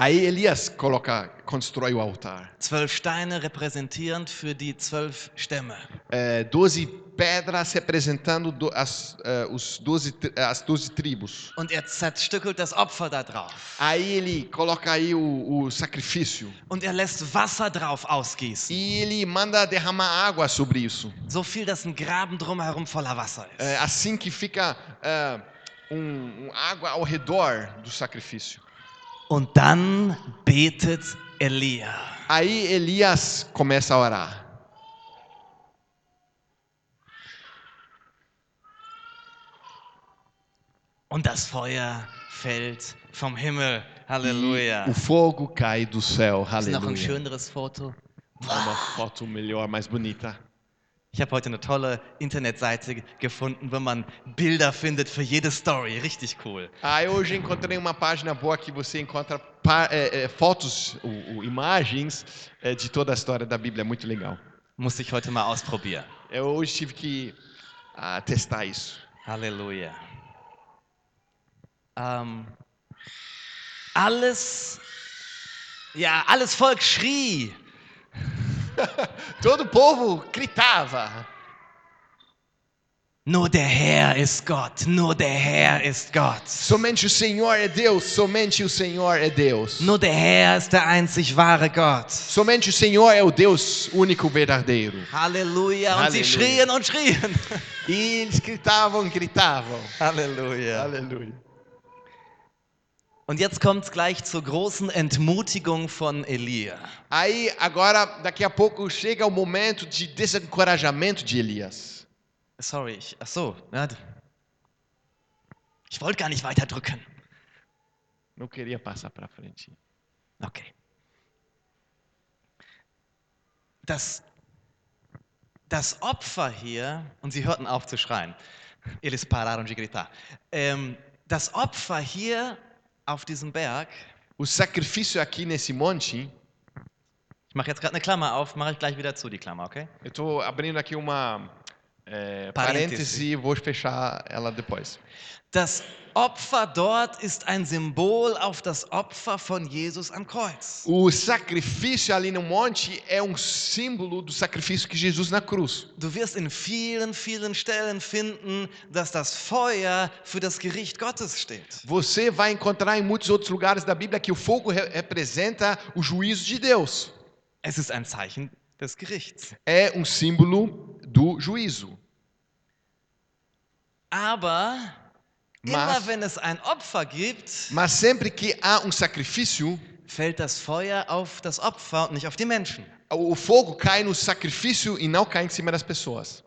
S2: Aí Elias coloca, constrói o altar.
S1: Zwölf Steine repräsentierend für die zwölf Stämme.
S2: Eh, doze pedras representando do- as, eh, os doze, tri- as doze tribos.
S1: Und er zerstückelt das Opfer da drauf.
S2: Aí ele coloca aí o, o sacrifício
S1: Und er lässt Wasser drauf ausgießen.
S2: e ele manda derramar água sobre isso.
S1: So viel, dass ein Graben drumherum voller Wasser ist.
S2: Eh, assim que fica eh, um- um água ao redor do sacrifício.
S1: Und dann betet Elia.
S2: Aí Elias começa a orar.
S1: Und das Feuer fällt vom Himmel. Halleluja.
S2: O fogo cai do céu.
S1: Ist noch ein
S2: Aleluia.
S1: schöneres Foto.
S2: É uma foto melhor, mais bonita.
S1: Ich habe heute eine tolle Internetseite gefunden, wo man Bilder findet für jede Story. Richtig cool.
S2: Ah, eu hoje encontrei uma página boa que você encontra pa- é, é, fotos, o, o, imagens é, de toda a história da Bíblia. É Muito legal.
S1: Muss ich heute mal ausprobieren.
S2: Eu hoje tive que ah, testar isso.
S1: Halleluja. Ähm, alles, ja, alles Volk schrie.
S2: Todo o povo gritava.
S1: Nur der Herr ist Gott, nur der Herr ist Gott.
S2: Somente o Senhor é Deus. Somente o Senhor é Deus.
S1: Nur der Herr ist der einzig wahre Gott.
S2: Somente o Senhor é o Deus único verdadeiro.
S1: Halleluja. Und sie
S2: Halleluja.
S1: schrien und schrien.
S2: E eles gritavam, gritavam. É.
S1: Halleluja.
S2: Aleluia.
S1: Und jetzt kommt es gleich zur großen Entmutigung von Elia.
S2: Aí, agora, daqui a pouco chega o momento de desencorajamento de Elias.
S1: Sorry, ich, ach so. na, d- Ich wollte gar nicht weiter drücken.
S2: Não queria passar para frente.
S1: Okay. Das, das Opfer hier, und sie hörten auf zu schreien, eles pararam de gritar. Ähm, das Opfer hier auf diesem Berg,
S2: O sacrifício aqui nesse monte,
S1: ich mache jetzt gerade eine Klammer auf, mache ich gleich wieder zu, die Klammer, okay?
S2: eu estou abrindo aqui uma
S1: Parêntese.
S2: é, parêntese e vou fechar ela depois.
S1: Das Opfer dort ist ein Symbol auf das Opfer von Jesus am Kreuz.
S2: O sacrifício ali no monte é um símbolo do sacrifício que Jesus na cruz.
S1: Du wirst in vielen, vielen Stellen finden, dass das Feuer für das Gericht Gottes steht.
S2: Você vai encontrar em muitos outros lugares da Bíblia que o fogo re- representa o juízo de Deus.
S1: Es ist ein Zeichen des Gerichts.
S2: É um símbolo do juízo.
S1: Aber
S2: Mas-
S1: immer wenn es ein Opfer gibt,
S2: Mas sempre que há um sacrifício,
S1: fällt das Feuer auf das Opfer und nicht auf die Menschen.
S2: O fogo cai no sacrifício e não cai em cima das pessoas.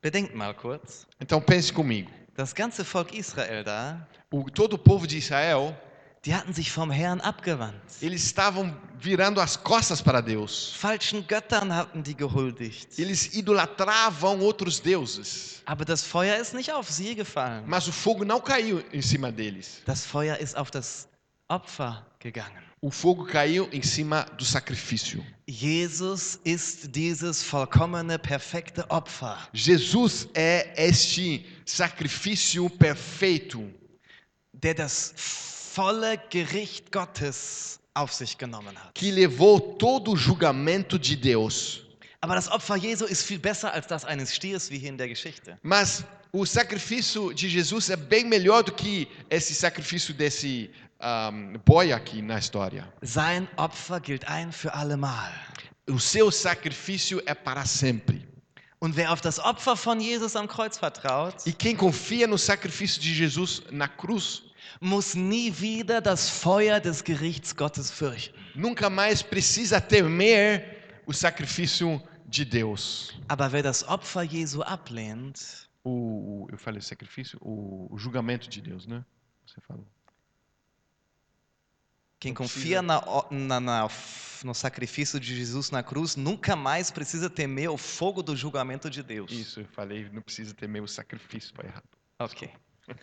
S1: Bedenkt mal kurz,
S2: Então pense comigo.
S1: das ganze Volk Israel da,
S2: O, todo o povo de Israel,
S1: die hatten sich vom Herrn abgewandt.
S2: eles estavam virando as costas para Deus.
S1: Falschen Göttern hatten die gehuldigt.
S2: Eles idolatravam outros deuses,
S1: Aber das Feuer ist nicht auf sie gefallen.
S2: mas o fogo não caiu em cima deles.
S1: Das Feuer ist auf das Opfer gegangen.
S2: O fogo caiu em cima do sacrifício.
S1: Jesus ist dieses vollkommene, perfekte Opfer.
S2: Jesus é este sacrifício perfeito
S1: der das volle Gericht Gottes auf sich genommen hat.
S2: que levou todo o julgamento de Deus.
S1: Aber das Opfer Jesu ist viel besser als das eines Stiers, wie hier in der Geschichte.
S2: Mas o sacrifício de Jesus é bem melhor do que esse sacrifício desse ahm, boi aqui na história.
S1: Sein Opfer gilt ein für allemal.
S2: O seu sacrifício é para sempre.
S1: Und wer auf das Opfer von Jesus am Kreuz vertraut,
S2: E quem confia no sacrifício de Jesus na cruz,
S1: muss nie wieder das Feuer des Gerichts Gottes fürchten.
S2: nunca mais precisa temer o sacrifício de Deus.
S1: Aber wer das Opfer Jesu ablehnt,
S2: O, o- eu falei sacrifício? O, o julgamento de Deus, né? Você falou.
S1: quem confia na, o- na, na, f- no sacrifício de Jesus na cruz, nunca mais precisa temer o fogo do julgamento de Deus.
S2: Isso, eu falei, não precisa temer o sacrifício, foi errado.
S1: Okay.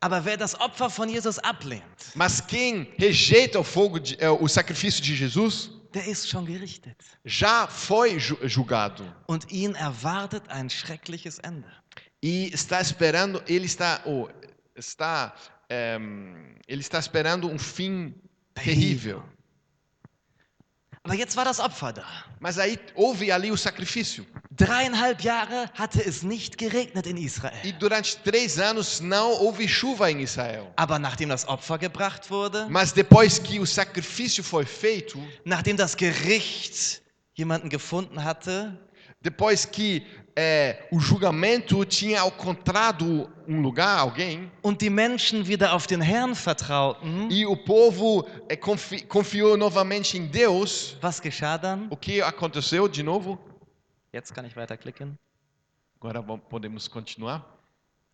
S1: Aber wer das Opfer von Jesus ablehnt,
S2: Mas quem rejeita o fogo, de, é, o sacrifício de Jesus,
S1: der ist schon gerichtet.
S2: já foi ju- julgado
S1: Und ihn erwartet ein schreckliches Ende.
S2: e está esperando, ele está, ou, está, ehm, ele está esperando um fim terrível.
S1: Aber jetzt war das Opfer da.
S2: Mas aí houve ali o sacrifício
S1: Dreieinhalb Jahre hatte es nicht geregnet in Israel.
S2: e durante três anos não houve chuva em Israel.
S1: Aber nachdem das Opfer gebracht wurde,
S2: Mas depois que o sacrifício foi feito,
S1: nachdem das Gericht jemanden gefunden hatte,
S2: depois que eh, o julgamento tinha encontrado um lugar, alguém,
S1: und die Menschen wieder auf den Herrn vertrauten,
S2: e o povo eh, confi- confiou novamente em Deus,
S1: was geschah dann?
S2: o que aconteceu de novo?
S1: Jetzt kann ich weiterklicken.
S2: Agora vamos- podemos continuar.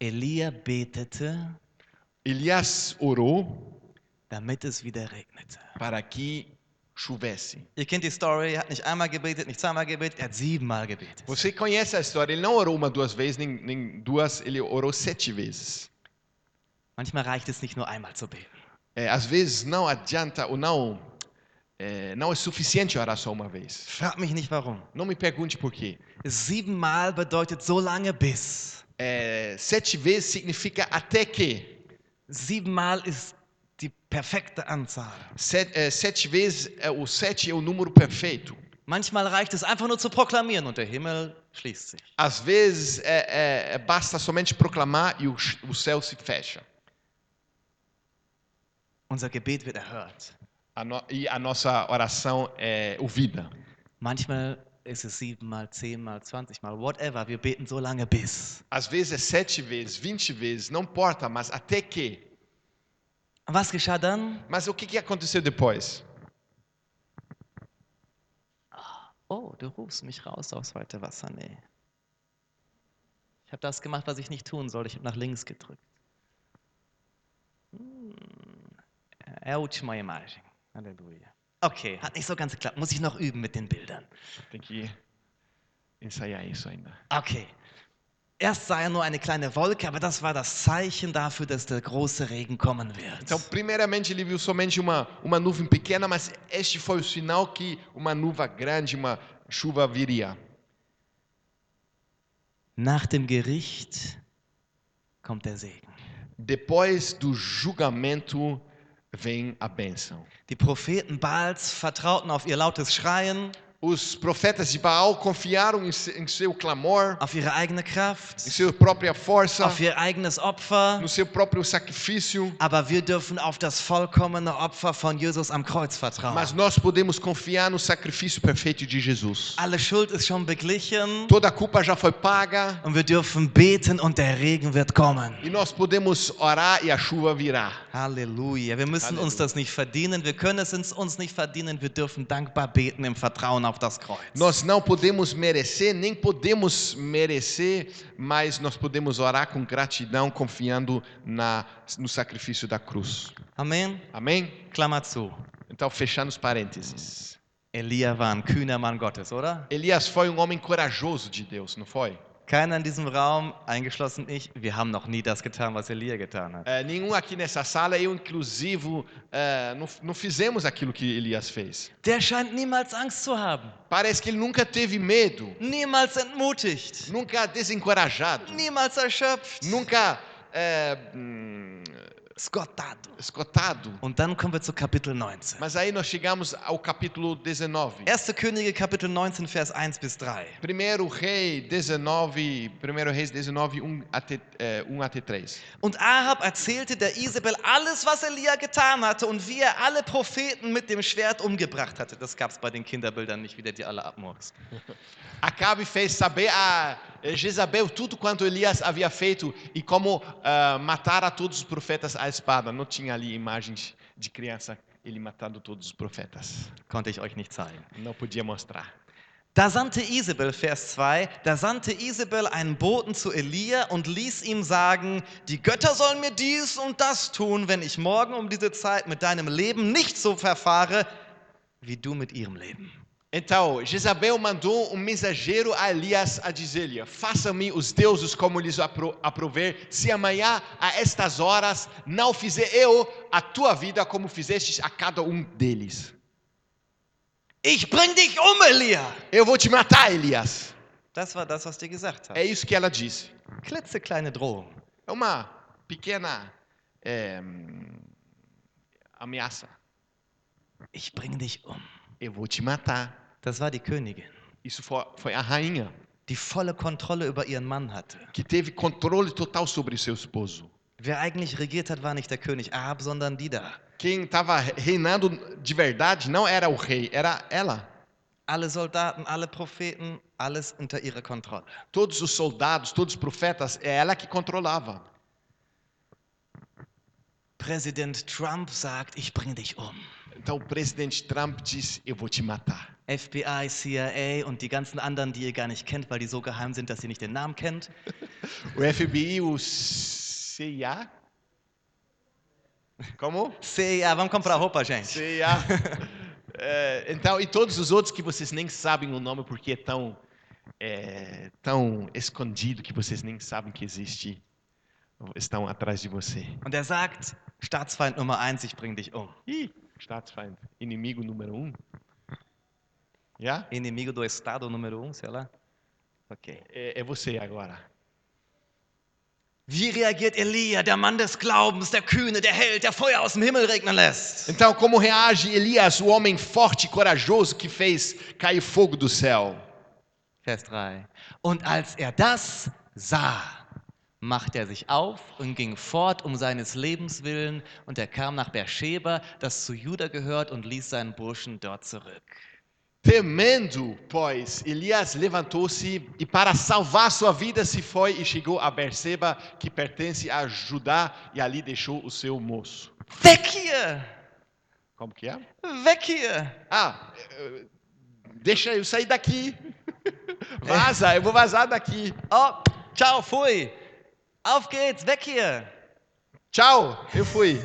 S1: Elia betete,
S2: Elias orou
S1: damit es wieder regnete.
S2: para que chovesse.
S1: Ihr kennt die Story, er hat nicht einmal gebetet, nicht zweimal gebetet, er hat siebenmal gebetet.
S2: Você conhece a história, ele não orou uma, duas vezes, nem, nem duas, ele orou sete vezes.
S1: Manchmal reicht es nicht nur einmal zu beten.
S2: É, às vezes não adianta ou não é, não é suficiente orar só uma vez.
S1: Frag mich nicht warum.
S2: Não me pergunte por quê.
S1: Siebenmal bedeutet so lange bis.
S2: É, sete vezes significa até que.
S1: Siebenmal ist die perfekte Anzahl.
S2: Sete, é, sete vezes, é, o sete é o número perfeito.
S1: Manchmal reicht es einfach nur zu proklamieren und der Himmel schließt sich.
S2: Às vezes é, é, é, basta somente proclamar e o, ch- o céu se fecha.
S1: Unser Gebet wird erhört.
S2: A no- e a nossa oração é ouvida.
S1: Manchmal ist es siebenmal, zehnmal, zwanzigmal, whatever. Wir beten so lange bis.
S2: Às vezes é sete vezes, vinte vezes, não importa, mas até que.
S1: Und was geschah dann?
S2: Mas o que, que aconteceu depois?
S1: Oh, du rufst mich raus aufs weite Wasser. Nee. Ich habe das gemacht, was ich nicht tun sollte. Ich habe nach links gedrückt. Hm. Äh, Ouch, moje margem. Halleluja. Okay, hat nicht so ganz geklappt. Muss ich noch üben mit den Bildern.
S2: Tem que ensaiar isso ainda.
S1: Okay. Erst sah er nur eine kleine Wolke, aber das war das Zeichen dafür, dass der große Regen kommen wird.
S2: Então, primeiramente, ele viu somente uma, uma nuvem pequena, mas este foi o sinal que uma nuvem grande, uma chuva viria.
S1: Nach dem Gericht kommt der Segen.
S2: Depois do julgamento vem a bênção.
S1: Die Propheten Baals vertrauten auf ihr lautes Schreien.
S2: Os profetas de Baal confiaram em se- em seu clamor,
S1: auf ihre eigene
S2: em
S1: Kraft,
S2: sua própria força,
S1: auf ihr eigenes Opfer.
S2: no seu próprio sacrifício,
S1: Aber wir dürfen auf das vollkommene Opfer von Jesus am Kreuz vertrauen.
S2: mas nós podemos confiar no sacrifício perfeito de Jesus.
S1: Alle Schuld ist schon beglichen
S2: Toda a culpa já foi paga
S1: und wir dürfen beten und der Regen wird kommen.
S2: e nós podemos orar e a chuva virá.
S1: Halleluja. Wir müssen uns
S2: Halleluja.
S1: das nicht verdienen. Wir können es ins- uns nicht verdienen. Wir dürfen dankbar beten im Vertrauen auf das Kreuz.
S2: Nós não podemos merecer, nem podemos merecer, mas nós podemos orar com gratidão, confiando na, no sacrifício da cruz.
S1: Amen.
S2: Amém?
S1: Klammer zu.
S2: Então, fechando os parênteses.
S1: Elia war ein kühner Mann Gottes, oder?
S2: Elias foi um homem corajoso de Deus, não foi?
S1: Keiner in diesem Raum, eingeschlossen ich, wir haben noch nie das getan, was Elia getan hat.
S2: É, nenhum aqui nessa sala, eu inclusive, é, não, não fizemos aquilo que Elias fez.
S1: Der scheint niemals Angst zu haben,
S2: Parece que ele nunca teve medo,
S1: niemals entmutigt,
S2: nunca desencorajado,
S1: niemals erschöpft.
S2: nunca é, hum,
S1: Scottato.
S2: escotado.
S1: Und dann kommen wir zu Kapitel 19.
S2: Mas aí nós chegamos ao capítulo 19.
S1: 1. Könige, Kapitel 19, Vers 1 bis 3.
S2: Primeiro rei 19, primeiro reis 19, 1 até, é, 1 até 3.
S1: Und Ahab erzählte der Isabel alles, was Elia getan hatte und wie er alle Propheten mit dem Schwert umgebracht hatte. Das gab es bei den Kinderbildern nicht, wie der die alle abmurkst.
S2: Acabe fez saber a Jezabel tudo quanto Elias havia feito e como ah, matar a todos os profetas à espada. Não tinha ali imagens de criança ele matando todos os profetas.
S1: Konnte ich euch nicht zeigen.
S2: Não podia mostrar.
S1: Da sandte Isabel, Vers 2, da sandte Isabel einen Boten zu Elia und ließ ihm sagen, die Götter sollen mir dies und das tun, wenn ich morgen um diese Zeit mit deinem Leben nicht so verfahre, wie du mit ihrem Leben.
S2: Então, Jezabel mandou um mensageiro a Elias a dizer-lhe: Faça-me os deuses como lhes apro aprover, se amanhã a estas horas não fizer eu a tua vida como fizestes a cada um deles.
S1: Ich bring dich um, Elia!
S2: Eu vou te matar, Elias.
S1: Das war das, was dir gesagt
S2: É
S1: hat.
S2: isso que ela disse.
S1: Klitzekleine Drohung.
S2: É uma pequena é, ameaça.
S1: Ich bring dich um.
S2: Eu vou te matar.
S1: Das war die Königin,
S2: Isso foi, foi a rainha
S1: die volle Kontrolle über ihren Mann hatte.
S2: que teve controle total sobre seu esposo.
S1: Wer eigentlich regiert hat, war nicht der König Ahab, sondern die da.
S2: Quem estava reinando de verdade não era o rei, era ela.
S1: Alle Soldaten, alle Propheten, alles unter ihrer Kontrolle.
S2: Todos os soldados, todos os profetas, é ela que controlava.
S1: Präsident Trump sagt, ich bringe dich um.
S2: Então o presidente Trump diz: Eu vou te matar.
S1: FBI, CIA und die ganzen anderen, die ihr gar nicht kennt, weil die so geheim sind, dass ihr nicht den Namen kennt.
S2: O FBI, o CIA. Como?
S1: CIA, vamos comprar roupa, gente.
S2: Sim, ah. É, então, e todos os outros que vocês nem sabem o nome porque é tão, é, tão escondido que vocês nem sabem que existe, estão atrás de você.
S1: Und er sagt, Staatsfeind Nummer eins, ich bringe dich um.
S2: Ih, Staatsfeind, inimigo número um. Yeah?
S1: Inimigo do Estado número um, sei lá. Ok.
S2: É, é você agora.
S1: Wie reagiert Elia, der Mann des Glaubens, der Kühne, der Held, der Feuer aus dem Himmel regnen lässt?
S2: Então, como reage Elias, o homem forte e corajoso que fez cair fogo do céu?
S1: Vers 3. Und als er das sah, machte er sich auf und ging fort um seines Lebens willen, und er kam nach Beersheba, das zu Juda gehört, und ließ seinen Burschen dort zurück.
S2: Temendo, pois, Elias levantou-se e para salvar sua vida se foi e chegou a Berseba, que pertence a Judá, e ali deixou o seu moço.
S1: Weg hier!
S2: Como que é?
S1: Weg hier!
S2: Ah, eh, deixa eu sair daqui. Vaza, eu vou vazar daqui.
S1: Oh, ciao, fui! Auf geht's, weg hier!
S2: Tchau, eu fui.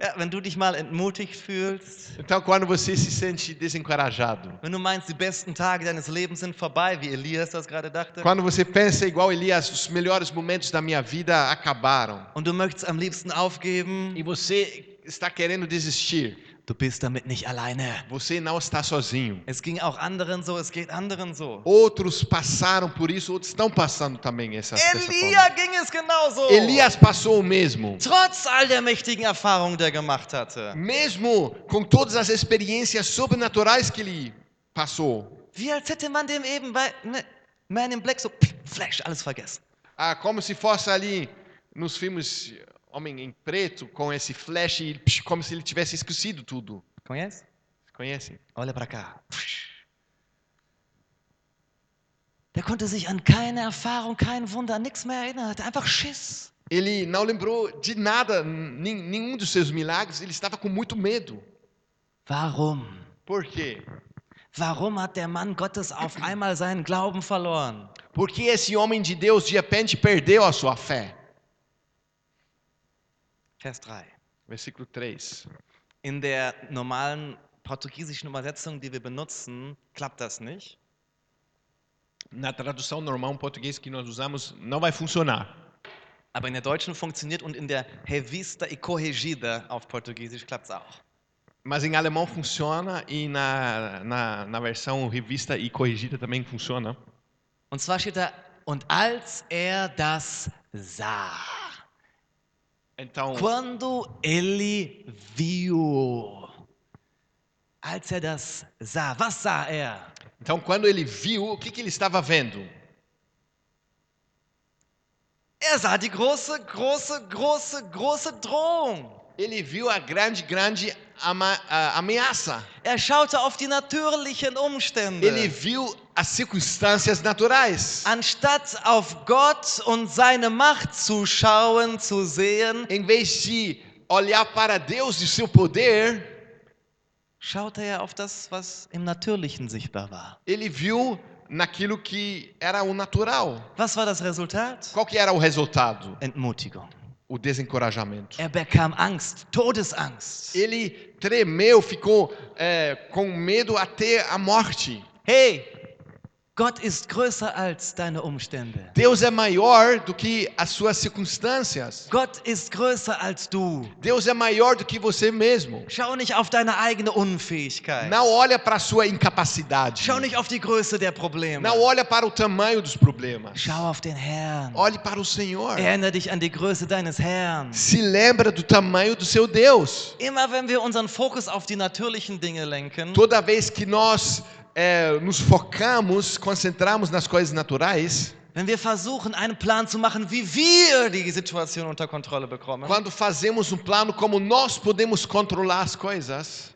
S1: Ja, wenn du dich mal entmutigt fühlst,
S2: Então, quando você se sente desencorajado,
S1: wenn du meinst, die besten Tage deines Lebens sind vorbei, wie Elias das gerade dachte,
S2: quando você pensa igual Elias, os melhores momentos da minha vida acabaram,
S1: und du möchtest am liebsten aufgeben,
S2: e você está querendo desistir,
S1: du bist damit nicht alleine.
S2: você não está sozinho.
S1: Es ging auch anderen so, es geht anderen
S2: Oh,
S1: so.
S2: Outros passaram por isso, outros estão passando também essa dessa
S1: Elia
S2: forma.
S1: ging es genauso.
S2: Elias passou o mesmo.
S1: Trotz all der mächtigen Erfahrungen, die er gemacht hatte.
S2: Mesmo com todas as experiências sobrenaturais que ele passou.
S1: Wie als hätte man dem eben bei ne, Man in Black so pff, Flash alles vergessen.
S2: Ah, como se fosse ali nos filmes Homem em Preto, com esse flash, e psh, como se ele tivesse esquecido tudo.
S1: Conhece?
S2: Vocês Conhecem?
S1: Olha pra cá. Pff. Der konnte sich an keine Erfahrung, kein Wunder, an nichts mehr erinnern. Hatte einfach Schiss.
S2: Ele não lembrou de nada, nem- nenhum dos seus milagres, ele estava com muito medo.
S1: Warum?
S2: Por quê?
S1: Warum hat der Mann Gottes auf einmal seinen Glauben verloren?
S2: Porque esse homem de Deus de repente perdeu a sua fé.
S1: Vers 3.
S2: Versículo 3.
S1: In der normalen portugiesischen Übersetzung, die wir benutzen, klappt das nicht.
S2: Na tradução normal em português que nós usamos, não vai funcionar.
S1: Aber in der deutschen funktioniert und in der Revista e Corrigida auf Portugiesisch klappt es auch.
S2: Mas em alemão funciona e na, na, na versão revista e corrigida também funciona.
S1: Und zwar steht da, und als er das sah,
S2: Então,
S1: quando ele viu, als er das sah, was sah er?
S2: então quando ele viu, o que, que ele estava vendo?
S1: Er sah die große, große, große, große Drohung.
S2: Ele viu a grande, grande ama, a, ameaça.
S1: Er schaute auf die natürlichen Umstände.
S2: Ele viu as circunstâncias
S1: Ah.
S2: naturais.
S1: Anstatt auf Gott und seine Macht zu schauen, zu sehen,
S2: Em vez de olhar para Deus e seu poder,
S1: schaute er auf das, was im Natürlichen sichtbar war.
S2: ele viu naquilo que era o natural.
S1: Was war das Resultat?
S2: Qual que era o resultado?
S1: Entmutigung.
S2: O desencorajamento.
S1: Er bekam Angst, Todesangst.
S2: Ele tremeu, ficou é, com medo até a morte.
S1: Hey, Gott ist größer als deine Umstände.
S2: Deus é maior do que as suas circunstâncias.
S1: Gott ist größer als du.
S2: Deus é maior do que você mesmo.
S1: Schau nicht auf deine eigene Unfähigkeit.
S2: Não olha para a sua incapacidade.
S1: Schau nicht auf die Größe der Probleme.
S2: Não olha para o tamanho dos problemas.
S1: Schau auf den Herrn.
S2: Olhe para o Senhor.
S1: Erinnere dich an die Größe deines Herrn.
S2: Se lembra do tamanho do seu Deus.
S1: Immer wenn wir unseren Fokus auf die natürlichen Dinge lenken,
S2: Toda vez que nós é, nos focamos, concentramos nas coisas naturais,
S1: wenn wir versuchen, einen Plan zu machen, wie wir die Situation unter Kontrolle bekommen,
S2: quando fazemos um plano como nós podemos controlar as coisas,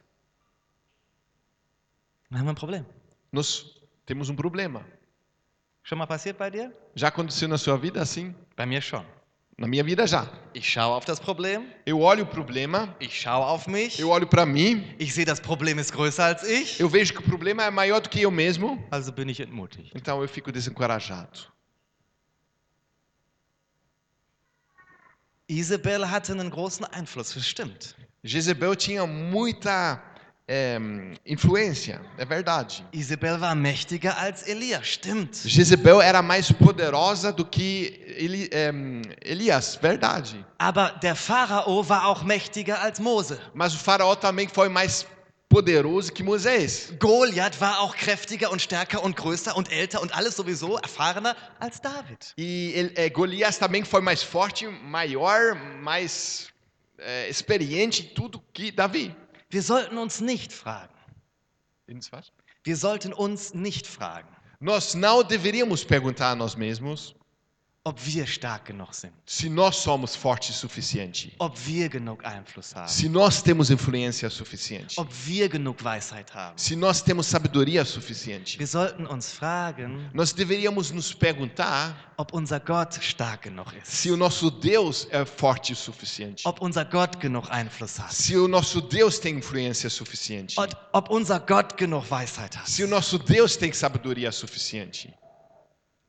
S1: dann haben wir ein Problem.
S2: nós temos um problema.
S1: Schon mal passiert bei dir?
S2: Já aconteceu na sua vida assim?
S1: Bei mir schon.
S2: Na minha vida já.
S1: Ich schaue auf das Problem,
S2: Eu olho o problema,
S1: ich schaue auf mich,
S2: eu olho para mim,
S1: ich sehe, das Problem ist größer als ich,
S2: eu vejo que o problema é maior do que eu mesmo,
S1: also bin ich entmutigt.
S2: então eu fico desencorajado.
S1: Isabel hatte einen großen Einfluss, das stimmt.
S2: Jezebel tinha muita eh, influência, é verdade.
S1: Isabel war mächtiger als Elia, stimmt.
S2: Jezebel era mais poderosa do que Eli, eh, Elias, verdade.
S1: Aber der Pharao war auch mächtiger als Mose.
S2: Mas o faraó também foi mais poderoso que Moisés.
S1: Goliath war auch kräftiger und stärker und größer und älter und alles sowieso erfahrener als David.
S2: E ele, eh, Golias também foi mais forte, maior, mais eh, experiente em tudo que Davi.
S1: Wir sollten uns nicht fragen. Wir sollten uns nicht fragen,
S2: Nós não deveríamos perguntar a nós mesmos
S1: ob wir stark genug sind,
S2: se nós somos fortes o suficiente,
S1: ob wir genug Einfluss haben,
S2: se nós temos influência suficiente,
S1: ob wir genug Weisheit haben.
S2: se nós temos sabedoria suficiente.
S1: Wir sollten uns fragen,
S2: Nós deveríamos nos perguntar
S1: ob unser Gott stark genug
S2: se
S1: ist,
S2: o nosso Deus é forte o suficiente,
S1: ob unser Gott genug Einfluss hat,
S2: se o nosso Deus tem influência suficiente,
S1: und ob unser Gott genug Weisheit
S2: se o
S1: hat.
S2: nosso Deus tem sabedoria suficiente.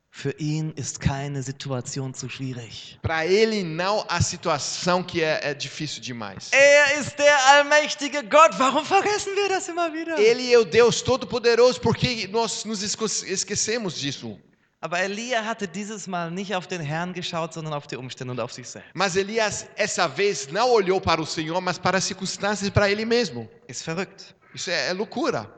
S1: Für ihn ist keine Situation zu schwierig.
S2: Para ele não há situação que é, é difícil demais.
S1: Er ist der allmächtige Gott. Warum vergessen wir das immer wieder?
S2: Ele é o Deus Todo-Poderoso, porque nós nos esco- esquecemos disso.
S1: Aber Elia hatte dieses Mal nicht auf den Herrn geschaut, sondern auf die Umstände und auf sich selbst.
S2: Mas Elias, essa vez, não olhou para o Senhor, mas para as circunstâncias, para ele mesmo.
S1: Ist verrückt.
S2: Isso é, é loucura.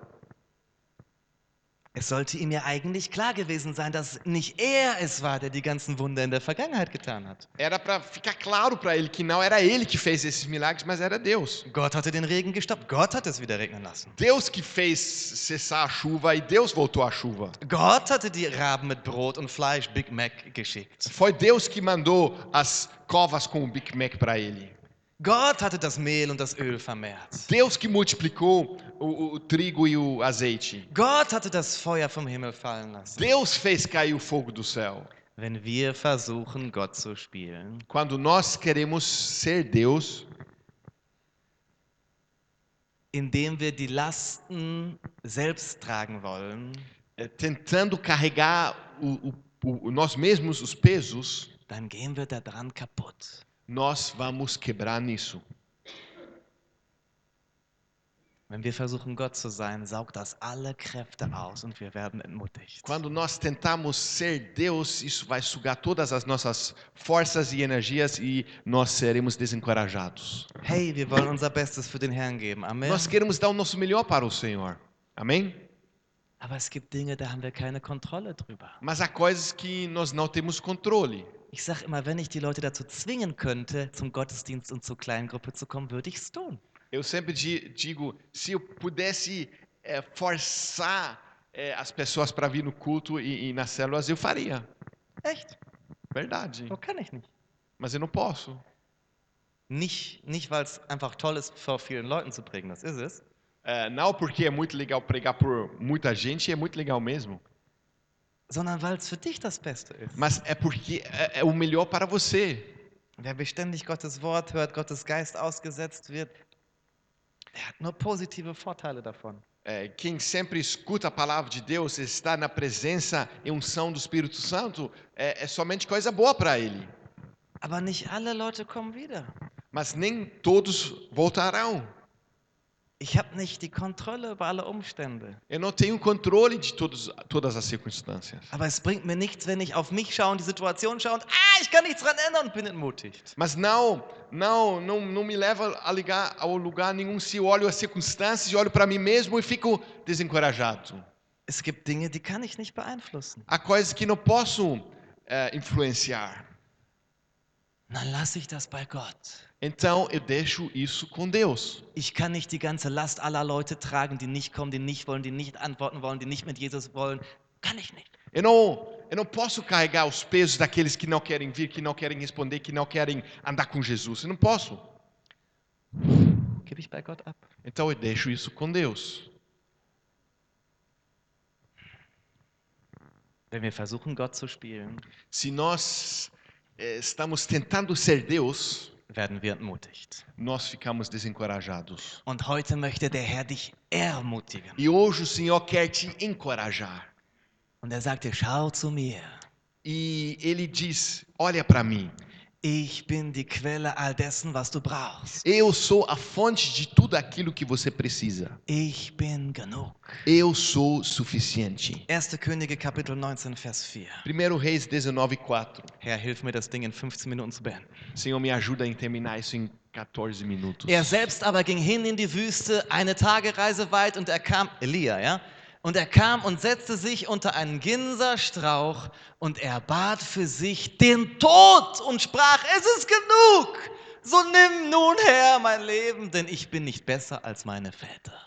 S1: Es sollte ihm ja eigentlich klar gewesen sein, dass nicht er es war, der die ganzen Wunder in der Vergangenheit getan hat.
S2: Era para ficar claro para ele que não era ele que fez esses milagres, mas era Deus.
S1: Gott hatte den Regen gestoppt, Gott hat es wieder regnen lassen.
S2: Deus que fez cessar a chuva e Deus voltou a chuva.
S1: Gott hatte die Raben mit Brot und Fleisch Big Mac geschickt.
S2: Foi Deus que mandou as covas com o Big Mac para ele.
S1: Gott hatte das Mehl und das Öl vermehrt.
S2: Deus que multiplicou o, o- o trigo e o azeite.
S1: Gott hatte das Feuer vom Himmel fallen lassen.
S2: Deus fez cair o fogo do céu.
S1: Wenn wir versuchen, Gott zu spielen,
S2: Quando nós queremos ser Deus,
S1: indem wir die Lasten selbst tragen wollen,
S2: é, tentando carregar o- o- o- nós mesmos os pesos,
S1: dann gehen wir daran kaputt.
S2: nós vamos quebrar nisso.
S1: Wenn wir versuchen, Gott zu sein, saugt das alle Kräfte aus und wir werden entmutigt.
S2: Quando nós tentamos ser Deus, isso vai sugar todas as nossas forças e energias e nós seremos desencorajados.
S1: Hey, wir wollen unser Bestes für den Herrn geben. Amen.
S2: Nós queremos dar o nosso melhor para o Senhor. Amém?
S1: Aber es gibt Dinge, da haben wir keine Kontrolle drüber.
S2: Mas há coisas que nós não temos controle.
S1: Ich sage immer, wenn ich die Leute dazu zwingen könnte, zum Gottesdienst und zur Kleingruppe zu kommen, würde ich es tun.
S2: Eu sempre di- digo, se eu pudesse eh, forçar eh, as pessoas para vir no culto e, e nas células, eu faria.
S1: Echt?
S2: Verdade.
S1: Wo kann ich nicht?
S2: Mas eu não posso.
S1: Nicht, nicht weil es einfach toll ist, vor vielen Leuten zu predigen, das ist es.
S2: Eh, não porque é muito legal pregar por muita gente, é muito legal mesmo.
S1: Sondern weil es für dich das Beste ist.
S2: Mas é porque é, é o melhor para você.
S1: Wer beständig Gottes Wort hört, Gottes Geist ausgesetzt wird, der hat nur positive Vorteile davon.
S2: É, quem sempre escuta a palavra de Deus, está na presença e unção do Espírito Santo, é, é somente coisa boa para ele.
S1: Aber nicht alle Leute kommen wieder.
S2: Mas nem todos voltarão.
S1: Ich habe nicht die Kontrolle über alle Umstände.
S2: Eu não tenho controle de todos, todas as circunstâncias.
S1: Aber es bringt mir nichts, wenn ich auf mich schaue und die Situation schaue und ah, ich kann nichts dran ändern und bin entmutigt.
S2: Mas não, não, não, não me leva a ligar ao lugar nenhum se eu olho as circunstâncias e olho para mim mesmo e fico desencorajado.
S1: Es gibt Dinge, die kann ich nicht beeinflussen.
S2: Há coisas que não posso é, influenciar.
S1: Dann lasse ich das bei Gott.
S2: Então eu deixo isso com Deus.
S1: Ich kann nicht die ganze Last aller Leute tragen, die nicht kommen, die nicht wollen, die nicht antworten wollen, die nicht mit Jesus wollen. Kann ich nicht.
S2: Eu não, eu não posso carregar os pesos daqueles que não querem vir, que não querem responder, que não querem andar com Jesus. Eu não posso.
S1: Gebe ich bei Gott ab.
S2: Então eu deixo isso com Deus.
S1: Wenn wir versuchen, Gott zu spielen,
S2: Se nós eh, estamos tentando ser Deus,
S1: werden wir entmutigt.
S2: nós ficamos desencorajados.
S1: Und heute möchte der Herr dich ermutigen.
S2: E hoje o Senhor quer te encorajar.
S1: Und er sagt dir, schau zu mir.
S2: E ele diz: Olha para mim.
S1: Ich bin die Quelle all dessen, was du brauchst.
S2: Eu sou a fonte de tudo aquilo que você precisa.
S1: Ich bin genug.
S2: Eu sou suficiente.
S1: 1. Könige Kapitel 19, Vers 4.
S2: 1 Reis 19:4.
S1: Herr, hilf mir, das Ding in 15 Minuten zu beenden.
S2: Senhor, me ajuda em terminar isso em 14 minutos.
S1: Er selbst aber ging hin in die Wüste, eine Tagereise weit, und er kam, Elia, ja? Und er kam und setzte sich unter einen Ginserstrauch und er bat für sich den Tod und sprach, es ist genug, so nimm nun her mein Leben, denn ich bin nicht besser als meine Väter.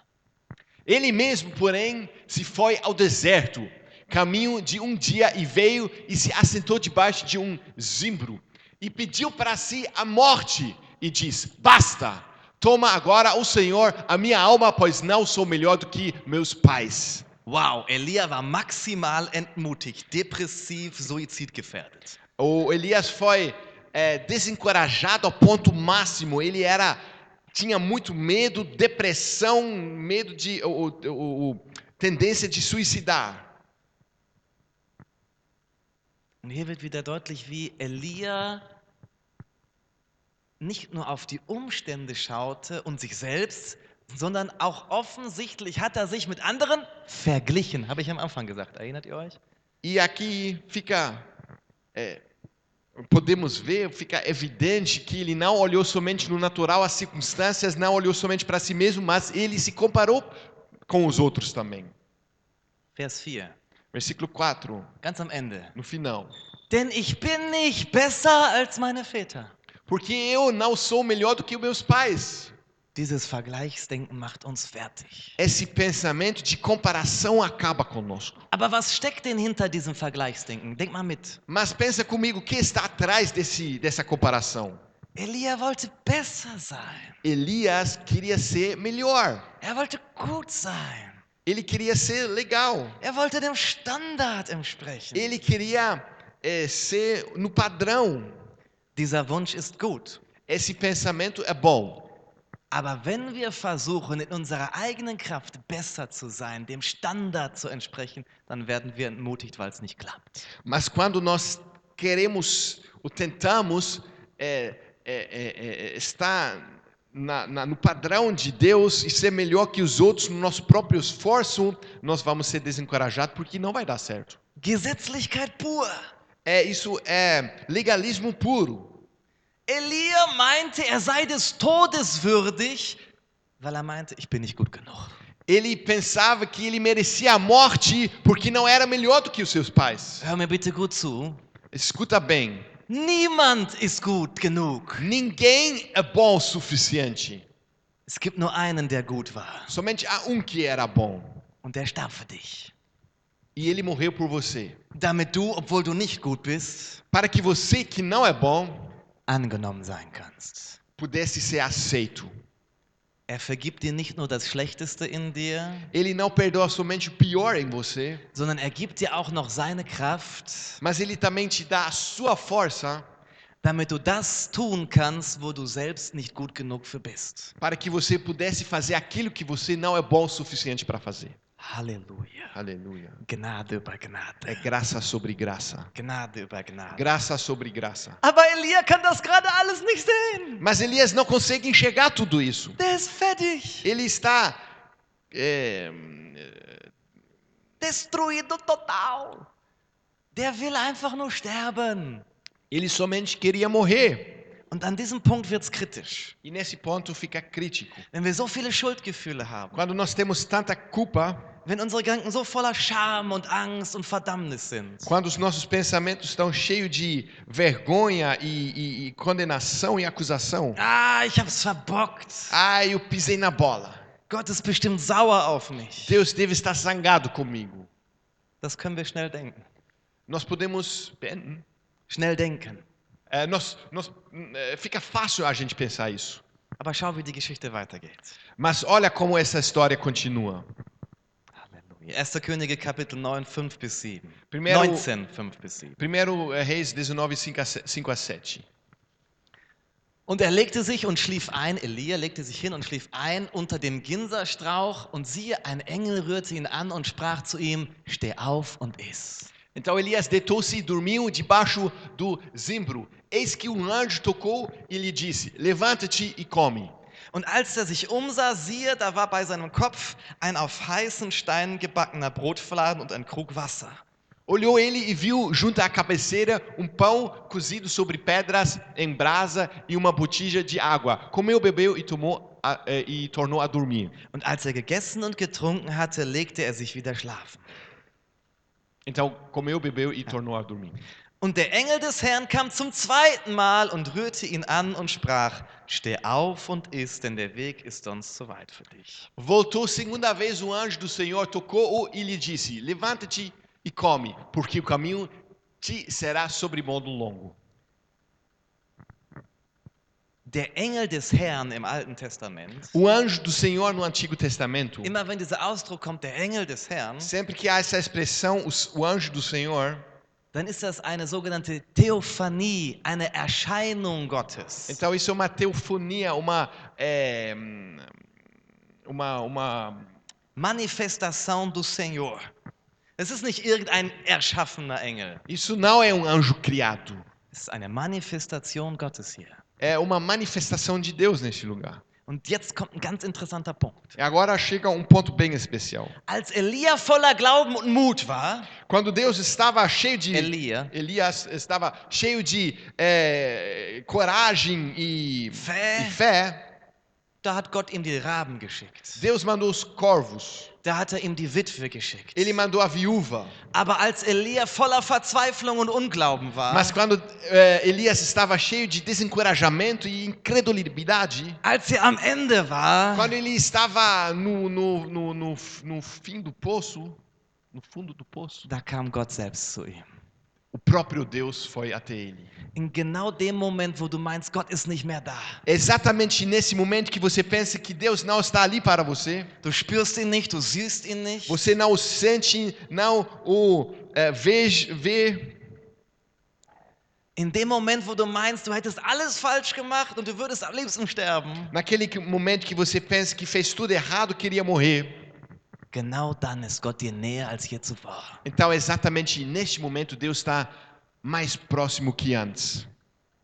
S2: Ele mesmo, porém, se foi ao deserto, caminho de um dia, e veio e se assentou debaixo de um zimbro, e pediu para si a morte, e diz: Basta! Toma agora o Senhor a minha alma, pois não sou melhor do que meus pais.
S1: Wow, Elia war maximal entmutigt, depressiv, suizidgefährdet.
S2: O Elias foi é, desencorajado ao ponto máximo. Ele era tinha muito medo, depressão, medo de o, o- o- o- tendência de suicidar.
S1: Und hier wird wieder deutlich, wie Elia nicht nur auf die Umstände schaute und sich selbst, sondern auch offensichtlich hat er sich mit anderen verglichen. Habe ich am Anfang gesagt. Erinnert ihr euch?
S2: E aqui fica, é, podemos ver, fica evidente que ele não olhou somente no natural as circunstâncias, não olhou somente para si mesmo, mas ele se comparou com os outros também.
S1: Vers 4,
S2: Versículo 4,
S1: ganz am Ende.
S2: no final.
S1: Denn ich bin nicht besser als meine Väter.
S2: Porque eu não sou melhor do que meus pais.
S1: Dieses Vergleichsdenken macht uns fertig.
S2: Esse pensamento de comparação acaba conosco.
S1: Aber was steckt denn hinter diesem Vergleichsdenken? Denk mal mit.
S2: Mas pensa comigo, o que está atrás desse, dessa comparação?
S1: Elia wollte besser sein.
S2: Elias queria ser melhor.
S1: Er wollte gut sein.
S2: Ele queria ser legal.
S1: Er wollte dem Standard entsprechen.
S2: Ele queria eh, ser no padrão.
S1: Dieser Wunsch ist gut.
S2: Esse pensamento é bom.
S1: Aber wenn wir versuchen, in unserer eigenen Kraft besser zu sein, dem Standard zu entsprechen, dann werden wir entmutigt, weil es nicht klappt.
S2: Mas quando nós queremos ou tentamos eh, eh, eh, eh, estar na- na- no padrão de Deus e ser melhor que os outros no nosso próprio esforço, nós vamos ser desencorajados porque não vai dar certo.
S1: Gesetzlichkeit pur.
S2: É isso é legalismo puro.
S1: Elia meinte, er sei des Todes würdig, weil er meinte, ich bin nicht gut genug.
S2: Ele pensava que ele merecia a morte porque não era melhor do que os seus pais.
S1: Hör mir bitte gut zu.
S2: Escuta bem,
S1: Niemand ist gut genug.
S2: ninguém é bom o suficiente.
S1: Es gibt nur einen, der gut war.
S2: Somente há um que era bom
S1: Und der starb für dich.
S2: e ele morreu por você.
S1: Damit du, obwohl du nicht gut bist,
S2: para que você que não é bom
S1: angenommen sein kannst.
S2: pudesse ser aceito.
S1: Er vergibt dir nicht nur das Schlechteste in dir,
S2: Ele não perdoa somente o pior em você,
S1: sondern er gibt dir auch noch seine Kraft,
S2: mas ele também te dá a sua força
S1: damit du das tun kannst, wo du selbst nicht gut genug für bist.
S2: para que você pudesse fazer aquilo que você não é bom o suficiente para fazer.
S1: Halleluja. Äh,
S2: Aleluia.
S1: Gnade über
S2: É
S1: Gnade.
S2: graça sobre graça.
S1: Gnade über Gnade.
S2: Graça sobre graça.
S1: Aber Elia kann das gerade alles nicht sehen.
S2: Mas Elias não consegue enxergar tudo isso.
S1: Der ist fertig.
S2: Ele está é,
S1: Destruído total. Der will einfach nur sterben.
S2: ele somente queria morrer.
S1: Und an diesem Punkt wird es kritisch.
S2: E nesse ponto fica crítico.
S1: Wenn wir so viele Schuldgefühle haben,
S2: Quando nós temos tanta culpa,
S1: wenn unsere Gedanken so voller Scham und Angst und Verdammnis sind,
S2: Quando os nossos pensamentos estão cheios de vergonha e, e- e condenação e acusação.
S1: ah, ich hab's verbockt.
S2: Ah, eu pisei na bola.
S1: Gott ist bestimmt sauer auf mich.
S2: Deus deve estar zangado comigo.
S1: Das können wir schnell denken.
S2: Nós podemos. Ben-
S1: Schnell denken.
S2: É, nós, nós, é, fica fácil a gente pensar isso.
S1: Aber schau, wie die Geschichte weitergeht.
S2: Mas olha como essa história continua.
S1: Halleluja. 1. Könige Kapitel 9, 5 bis 7.
S2: Primero-
S1: 19, 5 bis 7.
S2: Primeiro é, Reis 19, 5 a se- 5 a 7.
S1: Und er legte sich und schlief ein, Elia legte sich hin und schlief ein unter dem Ginserstrauch, und siehe, ein Engel rührte ihn an und sprach zu ihm, steh auf und iss.
S2: Então Elias deitou-se e dormiu debaixo do zimbro. Eis que um anjo tocou e lhe disse: Levanta-te e come.
S1: Und als er sich umsah, siehe, da war bei seinem Kopf ein auf heißen Steinen gebackener Brotfladen und ein Krug Wasser.
S2: Olhou ele e viu junto à cabeceira um pão cozido sobre pedras em brasa e uma botija de água. Comeu, bebeu e tomou a, eh, e tornou a dormir.
S1: Und als er gegessen und getrunken hatte, legte er sich wieder schlafen.
S2: Então comeu, bebeu e tornou a dormir.
S1: Und der Engel des Herrn kam zum zweiten Mal und rührte ihn an und sprach, steh auf und iss, denn der Weg ist sonst zu weit für dich.
S2: Voltou segunda vez o anjo do Senhor tocou-o e lhe disse: Levanta-te e come, porque o caminho te será sobremodo longo.
S1: Der Engel des Herrn im Alten Testament,
S2: O anjo do Senhor no Antigo Testamento,
S1: immer wenn dieser Ausdruck kommt, der Engel des Herrn,
S2: sempre que há essa expressão, os- o anjo do Senhor,
S1: dann ist das eine sogenannte Theophanie, eine Erscheinung Gottes.
S2: Então isso é uma teofonia, uma é, hum, uma uma
S1: Manifestação do Senhor. Es ist nicht irgendein erschaffener Engel.
S2: isso não é um anjo criado,
S1: Es ist eine Manifestation Gottes hier.
S2: é uma manifestação de Deus neste lugar.
S1: Und jetzt kommt ein ganz interessanter Punkt.
S2: E agora chega um ponto bem especial.
S1: Als Elia voller Glauben und Mut war,
S2: Quando Deus estava cheio de
S1: Elia.
S2: Elias estava cheio de é, coragem e
S1: Fé.
S2: e fé,
S1: da hat Gott ihm die Raben geschickt.
S2: Deus mandou os corvos.
S1: Da hat er ihm die Witwe geschickt.
S2: Ele mandou a viúva.
S1: Aber als Elia voller Verzweiflung und Unglauben war,
S2: Mas quando eh, Elias estava cheio de desencorajamento e incredulidade,
S1: als er am Ende war,
S2: quando ele estava no, no, no, no, no fim do poço, no fundo do poço,
S1: da kam Gott selbst zu ihm.
S2: o próprio Deus foi até ele.
S1: In genau dem Moment, wo du meinst, Gott ist nicht mehr da.
S2: Exatamente nesse momento que você pensa que Deus não está ali para você,
S1: Du spürst ihn nicht, du siehst ihn nicht.
S2: você não o sente, não o eh, vê, vê.
S1: In dem Moment, wo du meinst, du hättest alles falsch gemacht und du würdest am liebsten sterben,
S2: Naquele que- momento que você pensa que fez tudo errado, queria morrer.
S1: genau dann ist Gott dir näher als je zuvor.
S2: Então, exatamente neste momento, Deus está mais próximo que antes.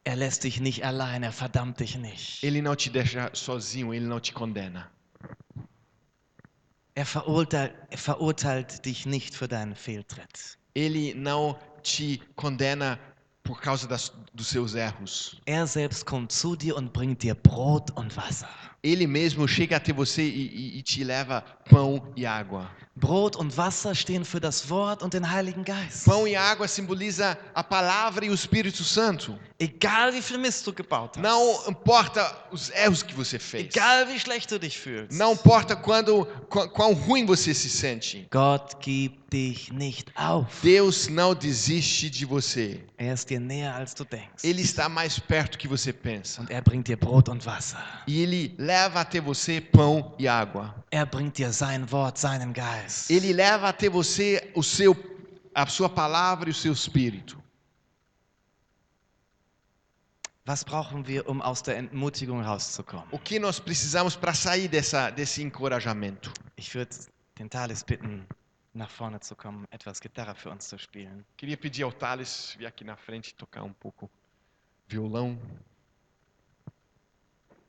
S1: Er lässt dich nicht allein, er verdammt dich nicht.
S2: Ele não te deixa sozinho, ele não te condena.
S1: Er verurteilt, er verurteilt dich nicht für deinen Fehltritt.
S2: Ele não te condena por causa das, dos seus erros.
S1: Er selbst kommt zu dir und bringt dir Brot und Wasser.
S2: Ele mesmo chega até você e, e- e te leva pão e água.
S1: Brot und Wasser stehen für das Wort und den Heiligen Geist.
S2: Pão e água simboliza a palavra e o Espírito Santo.
S1: Egal wie viel Mist du gebaut hast.
S2: Não importa os erros que você fez.
S1: Egal wie schlecht du dich fühlst.
S2: Não importa quando qu- quão ruim você se sente.
S1: Gott gibt dich nicht auf.
S2: Deus não desiste de você.
S1: Er ist dir näher, als du denkst.
S2: Ele está mais perto que você pensa.
S1: Und er bringt dir Brot und Wasser.
S2: E ele leva até você pão e água.
S1: Er bringt dir sein Wort, seinen Geist.
S2: Ele leva até você o seu a sua palavra e o seu espírito.
S1: Was brauchen wir, um aus der Entmutigung rauszukommen?
S2: O que nós precisamos para sair dessa desse encorajamento?
S1: Ich würde den Thales bitten, nach vorne zu kommen, etwas Gitarre für uns zu spielen.
S2: Queria pedir ao Thales vir aqui na frente e tocar um pouco violão.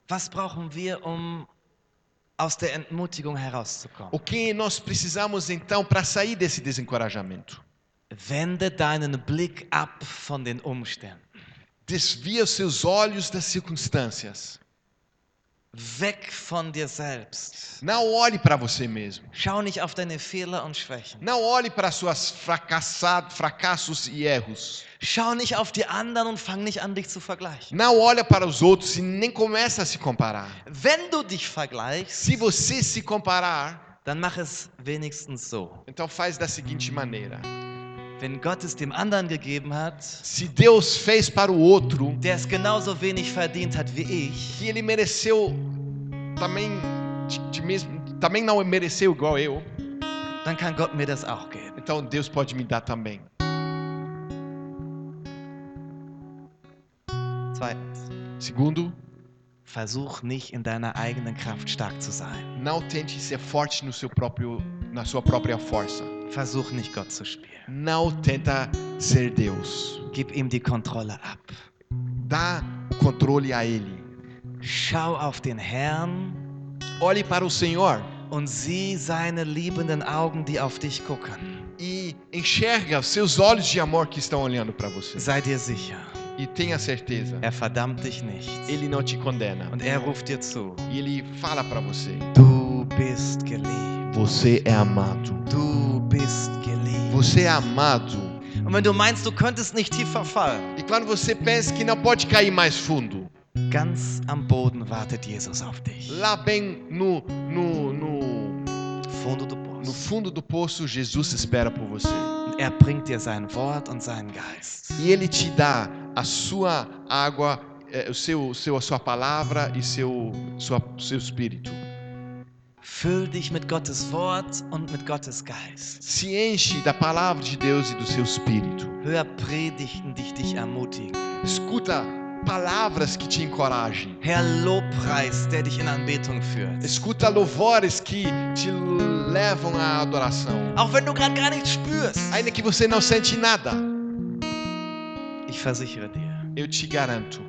S1: Was brauchen wir, um aus der Entmutigung
S2: O
S1: herauszukommen?
S2: que nós precisamos então para sair desse desencorajamento?
S1: Wende deinen Blick ab von den Umständen.
S2: Desvia os seus olhos das circunstâncias.
S1: Weg von dir selbst.
S2: Não olhe para você mesmo.
S1: Schau nicht auf deine Fehler und Schwächen.
S2: Não olhe para suas fracassado, fracassos e erros.
S1: Schau nicht auf die anderen und fang nicht an, dich zu vergleichen.
S2: Não olha para os outros e nem começa a se comparar.
S1: Wenn du dich vergleichst,
S2: Se você se comparar,
S1: dann mach es wenigstens so.
S2: Então faz da seguinte maneira:
S1: Wenn Gott es dem anderen gegeben hat,
S2: se Deus fez para o outro
S1: der es genauso wenig verdient hat wie ich,
S2: que ele mereceu também de, de mesmo, também não mereceu igual eu,
S1: dann kann Gott mir das auch geben.
S2: então Deus pode me dar também.
S1: Zweitens,
S2: Segundo,
S1: versuch nicht in deiner eigenen Kraft stark zu sein.
S2: não tente ser forte no seu próprio na sua própria força.
S1: Versuch nicht Gott zu spielen.
S2: Não tenta ser Deus.
S1: Gib ihm die Kontrolle ab.
S2: Dá o controle a ele.
S1: Schau auf den Herrn
S2: Olhe para o Senhor
S1: und sieh seine liebenden Augen, die auf dich gucken.
S2: e enxerga os seus olhos de amor que estão olhando para você.
S1: Sei dir sicher,
S2: E tenha certeza,
S1: er verdammt dich nicht.
S2: ele não te condena.
S1: Und er ruft dir zu,
S2: E ele fala para você:
S1: du bist geliebt.
S2: Você é amado.
S1: Du bist geliebt.
S2: Você é amado.
S1: Und wenn du meinst, du könntest nicht tiefer fallen,
S2: E quando você pensa que não pode cair mais fundo,
S1: ganz am Boden wartet Jesus auf dich.
S2: lá bem no, no, no,
S1: Fundo do
S2: no
S1: Poço.
S2: fundo do poço, Jesus espera por você.
S1: Und er bringt dir sein Wort und seinen Geist.
S2: E Ele te dá a sua água, eh, o seu, o seu, a sua palavra e seu, sua, seu espírito.
S1: Füll dich mit Gottes Wort und mit Gottes Geist.
S2: Se enche da palavra de Deus e do seu espírito.
S1: Hör Predigten, die dich ermutigen.
S2: Escuta palavras que te encorajem.
S1: Herr Lobpreis, der dich in Anbetung führt.
S2: Escuta louvores que te levam à adoração.
S1: Auch wenn du gerade gar nichts spürst.
S2: Ainda que você não sente nada,
S1: Ich versichere dir,
S2: eu te garanto.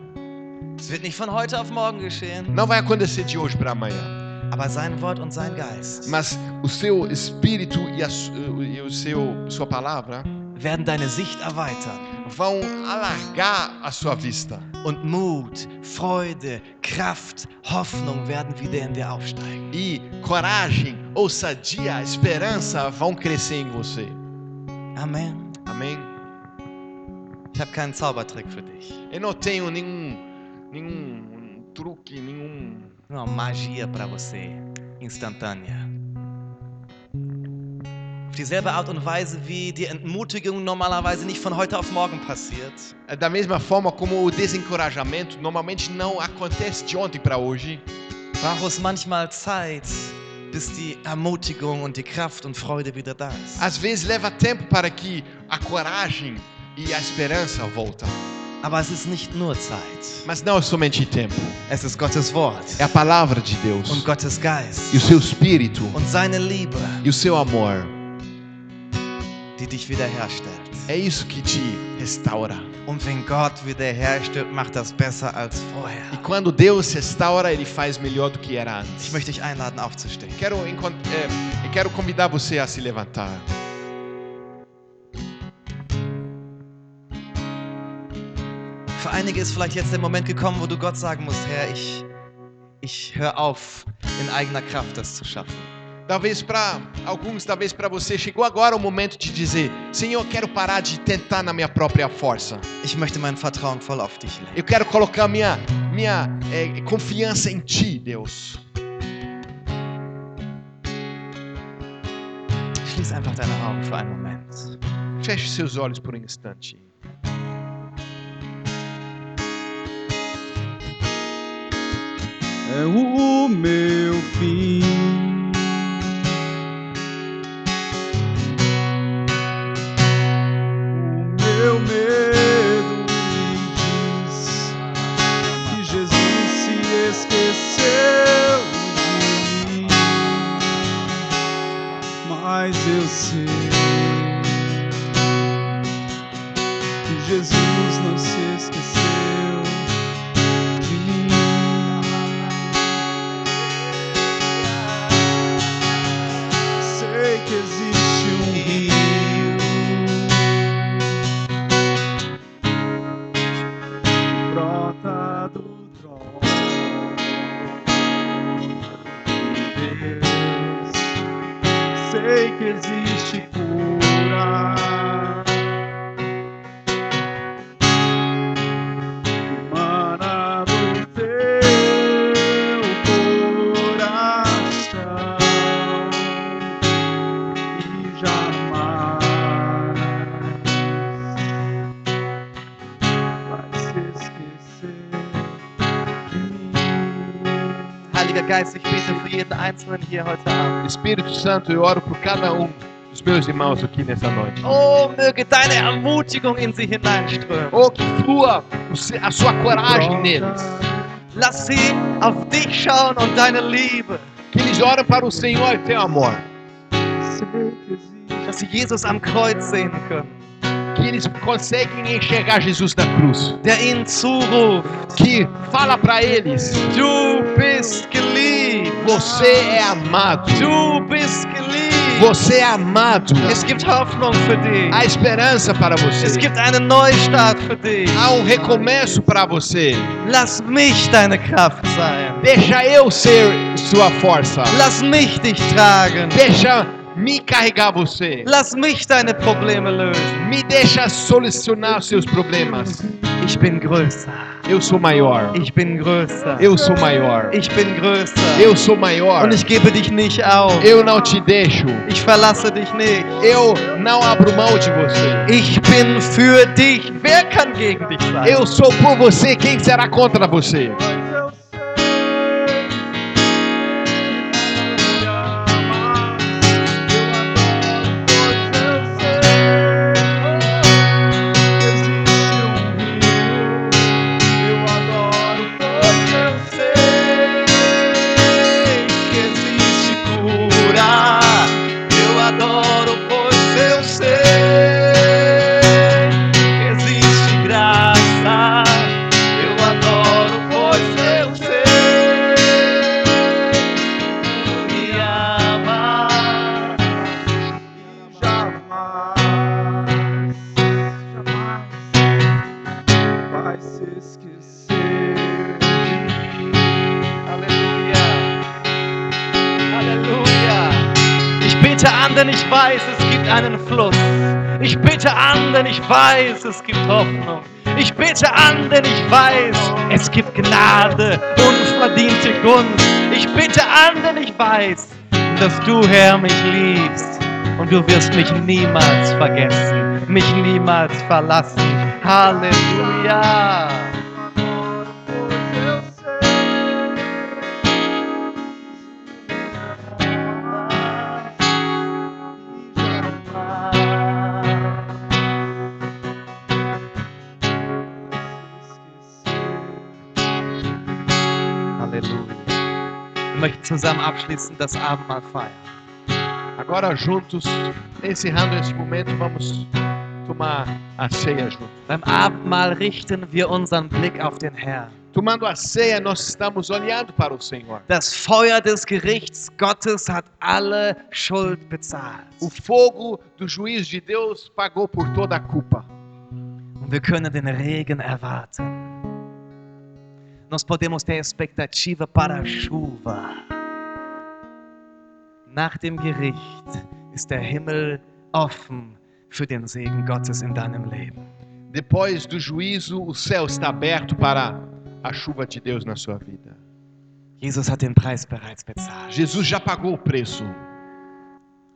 S1: es wird nicht von heute auf morgen geschehen,
S2: Não vai acontecer de hoje para amanhã.
S1: aber sein Wort und sein Geist
S2: Mas o seu espírito e a su- e o seu sua palavra
S1: werden deine Sicht erweitern.
S2: vão alargar a sua vista
S1: Und Mut, Freude, Kraft, Hoffnung werden wieder in dir aufsteigen.
S2: E coragem, ousadia, esperança vão crescer em você.
S1: Amen.
S2: Amém?
S1: Ich habe keinen Zaubertrick für dich.
S2: Eu não tenho nenhum, nenhum truque, nenhum.
S1: Uma magia para você, instantânea. Auf dieselbe Art und Weise, wie die Entmutigung normalerweise nicht von heute auf morgen passiert,
S2: É Da mesma forma como o desencorajamento normalmente não acontece de ontem para hoje,
S1: braucht es manchmal Zeit, bis die Ermutigung und die Kraft und Freude wieder da ist.
S2: às vezes leva tempo para que a coragem e a esperança voltam.
S1: Aber es ist nicht nur Zeit.
S2: Mas não é somente tempo,
S1: Es ist Gottes Wort
S2: é a palavra de Deus
S1: und Gottes Geist
S2: e o seu espírito
S1: und seine Liebe,
S2: e o seu amor.
S1: die dich wiederherstellt.
S2: É isso que te restaura.
S1: Und wenn Gott wiederherstellt, macht das besser als
S2: E
S1: vorher.
S2: quando Deus restaura, Ele faz melhor do que era
S1: Ich
S2: antes.
S1: möchte dich einladen, aufzustehen.
S2: Quero, encont- é, eu quero convidar você a se levantar.
S1: Für einige ist vielleicht jetzt der Moment gekommen, wo du Gott sagen musst, Herr, ich, ich höre auf, in eigener Kraft das zu schaffen.
S2: Talvez para alguns, talvez para você, chegou agora o momento de dizer: Senhor, eu quero parar de tentar na minha própria força.
S1: Ich möchte mein Vertrauen voll auf dich legen.
S2: Eu quero colocar minha, minha é, confiança em Ti, Deus.
S1: Schließ einfach deine Augen für einen Moment.
S2: Feche seus olhos por um instante.
S3: é o meu fim. O meu medo me diz que Jesus se esqueceu de mim, mas eu sei que Jesus não se esqueceu de mim. Sei que existe um rio que brota do trono de Deus. Sei que existe cura que mana do teu coração e jamais vai se esquecer de mim.
S1: Heiliger Geist, ich bete für jeden Einzelnen hier heute Abend.
S2: Espírito Santo, eu oro por cada um dos meus irmãos aqui nessa noite.
S1: Oh, möge deine Ermutigung in sie hineinströmen.
S2: Oh, que flua o se- a sua coragem neles.
S3: Brota
S1: Lass sie auf dich schauen und deine Liebe.
S2: Que eles oram para o Senhor e teu amor.
S3: Sei que existe
S1: Dass sie Jesus am Kreuz sehen können,
S2: Que eles conseguem enxergar Jesus na cruz.
S1: der ihnen zuruft.
S2: Que fala para eles:
S1: Du bist geliebt.
S2: Você é amado.
S1: Du bist geliebt.
S2: Você é amado.
S1: Es gibt Hoffnung für dich.
S2: Há esperança para
S1: Es
S2: você.
S1: gibt einen Neustart für dich.
S2: Há um recomeço para você.
S1: Lass mich deine Kraft sein.
S2: Deixa eu ser sua força.
S1: Lass mich dich tragen.
S2: Deixa me carregar você.
S1: Lass mich deine Probleme lösen.
S2: Me deixa solucionar seus problemas.
S1: Ich bin größer.
S2: Eu sou maior.
S1: Ich bin größer.
S2: Eu sou maior.
S1: Ich bin größer.
S2: Eu sou maior.
S1: Und ich gebe dich nicht auf.
S2: Eu não te deixo.
S1: Ich verlasse dich nicht.
S2: Eu não abro mão de você.
S1: Ich bin für dich. Wer kann gegen dich sein?
S2: Eu sou por você. Quem será contra você?
S3: mas eu sei que não me amas. Eu adoro, pois eu sei que existe um rio. Eu adoro, pois eu sei que existe cura. Eu adoro, pois eu sei que existe graça. Eu adoro, pois eu
S4: bete an, denn ich weiß, es gibt einen Fluss. Ich bete an, denn ich weiß, es gibt Hoffnung. Ich bete an, denn ich weiß, es gibt Gnade, unverdiente Gunst. Ich bete an, denn ich weiß, dass du, Herr, mich liebst. Und du wirst mich niemals vergessen, mich niemals verlassen. Halleluja! Halleluja. Wir möchten zusammen abschließend das Abendmahl feiern.
S2: Agora juntos, encerrando esse momento, vamos tomar a ceia juntos.
S4: Beim Abendmahl richten wir unseren Blick auf den Herrn.
S2: Tomando a ceia, nós estamos olhando para o Senhor.
S4: Das Feuer des Gerichts Gottes hat alle Schuld bezahlt.
S2: O fogo do juiz de Deus pagou por toda a culpa.
S4: Und wir können den Regen erwarten. Nós podemos ter expectativa para a chuva. Nach dem Gericht ist der Himmel offen für den Segen Gottes in deinem Leben.
S2: Depois do juízo, o céu está aberto para a chuva de Deus na sua vida.
S4: Jesus hat den Preis bereits bezahlt.
S2: Jesus já pagou o preço.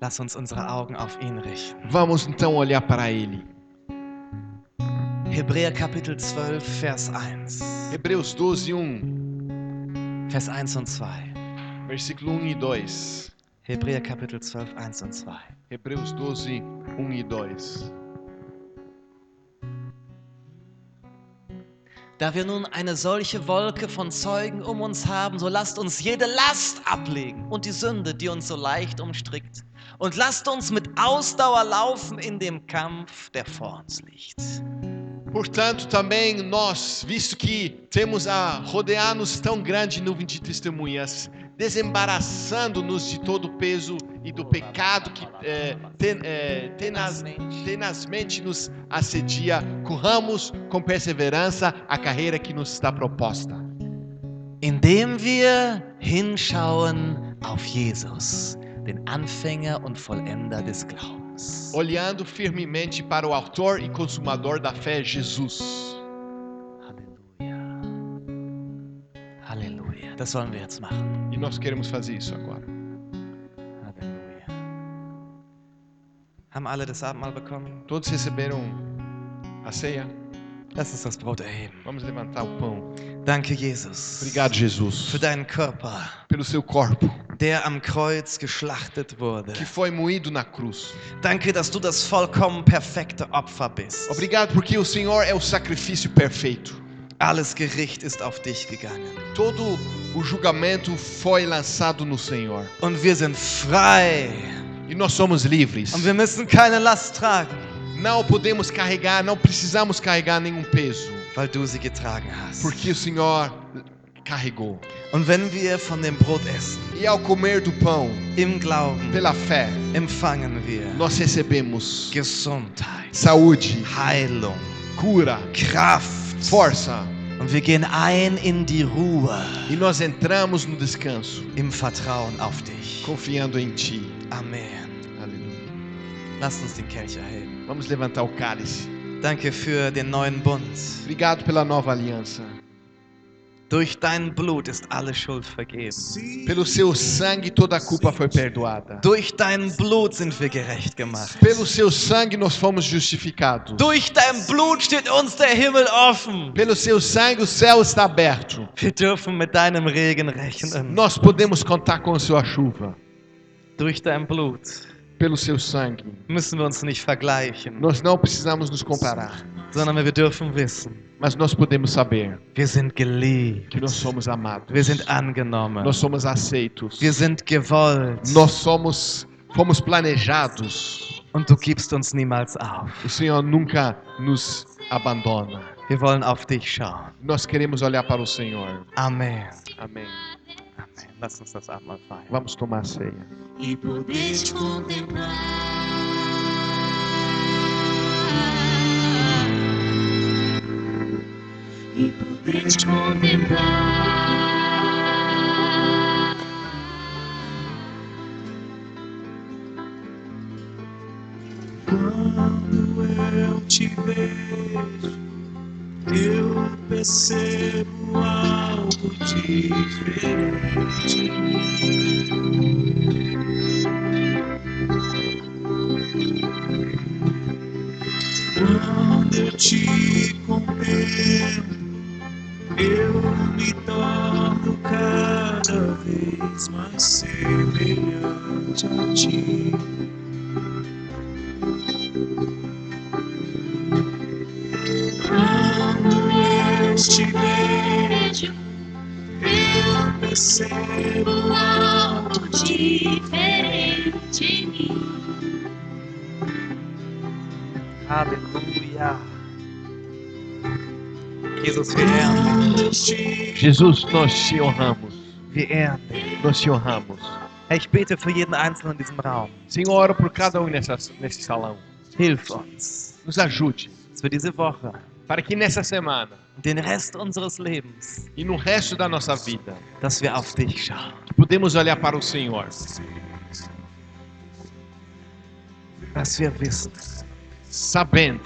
S4: Lass uns unsere Augen auf ihn richten.
S2: Vamos então olhar para ele.
S1: Hebräer Kapitel 12, Vers 1.
S2: Hebreus 12, 1,
S1: Vers 1 und 2.
S2: versículo 1 e 2.
S1: Hebräer Kapitel 12, 1 und 2.
S2: Hebreus 12, 1 e 2.
S1: Da wir nun eine solche Wolke von Zeugen um uns haben, so lasst uns jede Last ablegen und die Sünde, die uns so leicht umstrickt. Und lasst uns mit Ausdauer laufen in dem Kampf, der vor uns liegt.
S2: Portanto, também nós, visto que temos a rodear-nos tão grande nuvem de testemunhas, desembaraçando-nos de todo o peso e do pecado que eh, ten- eh, tenaz- tenazmente nos assedia, corramos com perseverança a carreira que nos está proposta.
S1: Indem wir hinschauen auf Jesus, den Anfänger und Vollender des Glaubens.
S2: Olhando firmemente para o Autor e Consumador da fé, Jesus.
S1: Halleluja. Halleluja. Das sollen wir jetzt machen.
S2: E nós queremos fazer isso agora.
S1: Halleluja. Haben alle das Abendmahl bekommen?
S2: Todos receberam a ceia?
S1: Lass uns das Brot erheben.
S2: Vamos levantar o pão.
S1: Danke, Jesus.
S2: Obrigado, Jesus,
S1: Für deinen Körper,
S2: pelo seu corpo
S1: der am Kreuz geschlachtet wurde.
S2: que foi moído na cruz.
S1: Danke, dass du das vollkommen perfekte Opfer bist.
S2: Obrigado porque o Senhor é o sacrifício perfeito.
S1: Alles Gericht ist auf dich gegangen.
S2: Todo o julgamento foi lançado no Senhor.
S1: Und wir sind frei.
S2: E nós somos livres.
S1: Und wir müssen keine Last tragen,
S2: Não podemos carregar, não precisamos carregar nenhum peso,
S1: weil du sie getragen hast.
S2: porque o Senhor carregou.
S1: Und wenn wir von dem Brot essen,
S2: E ao comer do pão,
S1: im Glauben,
S2: pela fé,
S1: empfangen wir
S2: nós recebemos
S1: Gesundheit,
S2: saúde,
S1: Heilung,
S2: cura,
S1: Kraft,
S2: força.
S1: Und wir gehen ein in die Ruhe
S2: E nós entramos no descanso,
S1: im Vertrauen auf dich.
S2: confiando em Ti.
S1: Amen.
S2: Aleluia.
S1: Lass uns den Kelch erheben.
S2: Vamos levantar o cálice.
S1: Danke für den neuen Bund.
S2: Obrigado pela nova aliança.
S1: Durch dein Blut ist alle Schuld vergeben.
S2: Pelo seu sangue toda a culpa foi perdoada.
S1: Durch dein Blut sind wir gerecht gemacht.
S2: Pelo seu sangue nós fomos justificados.
S1: Durch dein Blut steht uns der Himmel offen.
S2: Pelo seu sangue o céu está aberto.
S1: Wir dürfen mit deinem Regen rechnen.
S2: Nós podemos contar com a sua chuva.
S1: Durch dein Blut
S2: Pelo seu sangue
S1: müssen wir uns nicht vergleichen,
S2: nós não precisamos nos comparar,
S1: sondern wir dürfen wissen,
S2: mas nós podemos saber
S1: wir sind geliebt,
S2: que nós somos amados.
S1: wir sind angenommen,
S2: Nós somos aceitos.
S1: wir sind gewollt.
S2: Nós somos fomos planejados.
S1: Und du gibst uns niemals auf.
S2: O Senhor nunca nos abandona.
S1: Wir wollen auf dich schauen.
S2: Nós queremos olhar para o Senhor.
S1: Amen.
S2: Amém.
S1: Amen. Lass uns das Abendmahl feiern.
S2: Vamos tomar a ceia.
S5: e poder te contemplar. E poder te contemplar.
S3: te vejo, eu percebo algo diferente. Quando eu te contemplo, eu me torno cada vez mais semelhante a ti. Quando eu te vejo,
S6: vejo
S3: percebo
S6: algo diferente em mim.
S1: Aleluia. Jesus, wir ehren
S2: Jesus, nós te honramos.
S1: dich. Wir ehren dich.
S2: Nós te honramos.
S1: Herr, ich bete für jeden Einzelnen in diesem Raum.
S2: Senhor, eu oro por cada um nessa, nesse salão.
S1: Hilf uns,
S2: Nos ajude
S1: dass wir diese Woche
S2: para que nessa semana
S1: und den Rest unseres Lebens,
S2: e no resto da nossa vida
S1: dass wir auf dich schauen.
S2: podemos olhar para o Senhor.
S1: Dass wir wissen,
S2: sabendo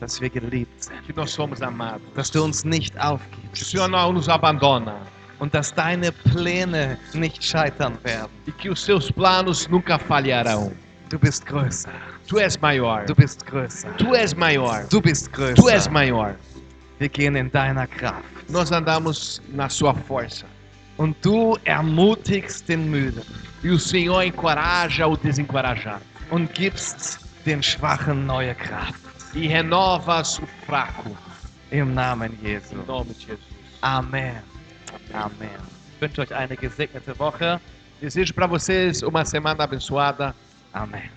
S1: dass wir geliebt sind.
S2: que nós somos amados.
S7: dass du uns nicht
S2: Que
S7: aufgibst
S2: o Senhor não nos abandona
S7: und dass deine Pläne nicht scheitern werden.
S2: e que os seus planos nunca falharão.
S7: Du bist größer,
S2: Tu és maior.
S7: du bist größer,
S2: Tu és maior.
S7: du bist
S2: Tu és
S7: größer.
S2: maior.
S7: Wir gehen in deiner Kraft
S2: Nós andamos na sua força.
S7: und du ermutigst den Müden
S2: E o Senhor encoraja o desencorajado
S7: und gibst den Schwachen neue Kraft.
S2: e renova o fraco.
S7: Im Namen
S2: Em
S7: Jesu.
S2: nome de Jesus.
S7: Amen. Amen. Ich wünsche euch eine gesegnete Woche.
S2: Desejo para vocês uma semana abençoada.
S7: Amen.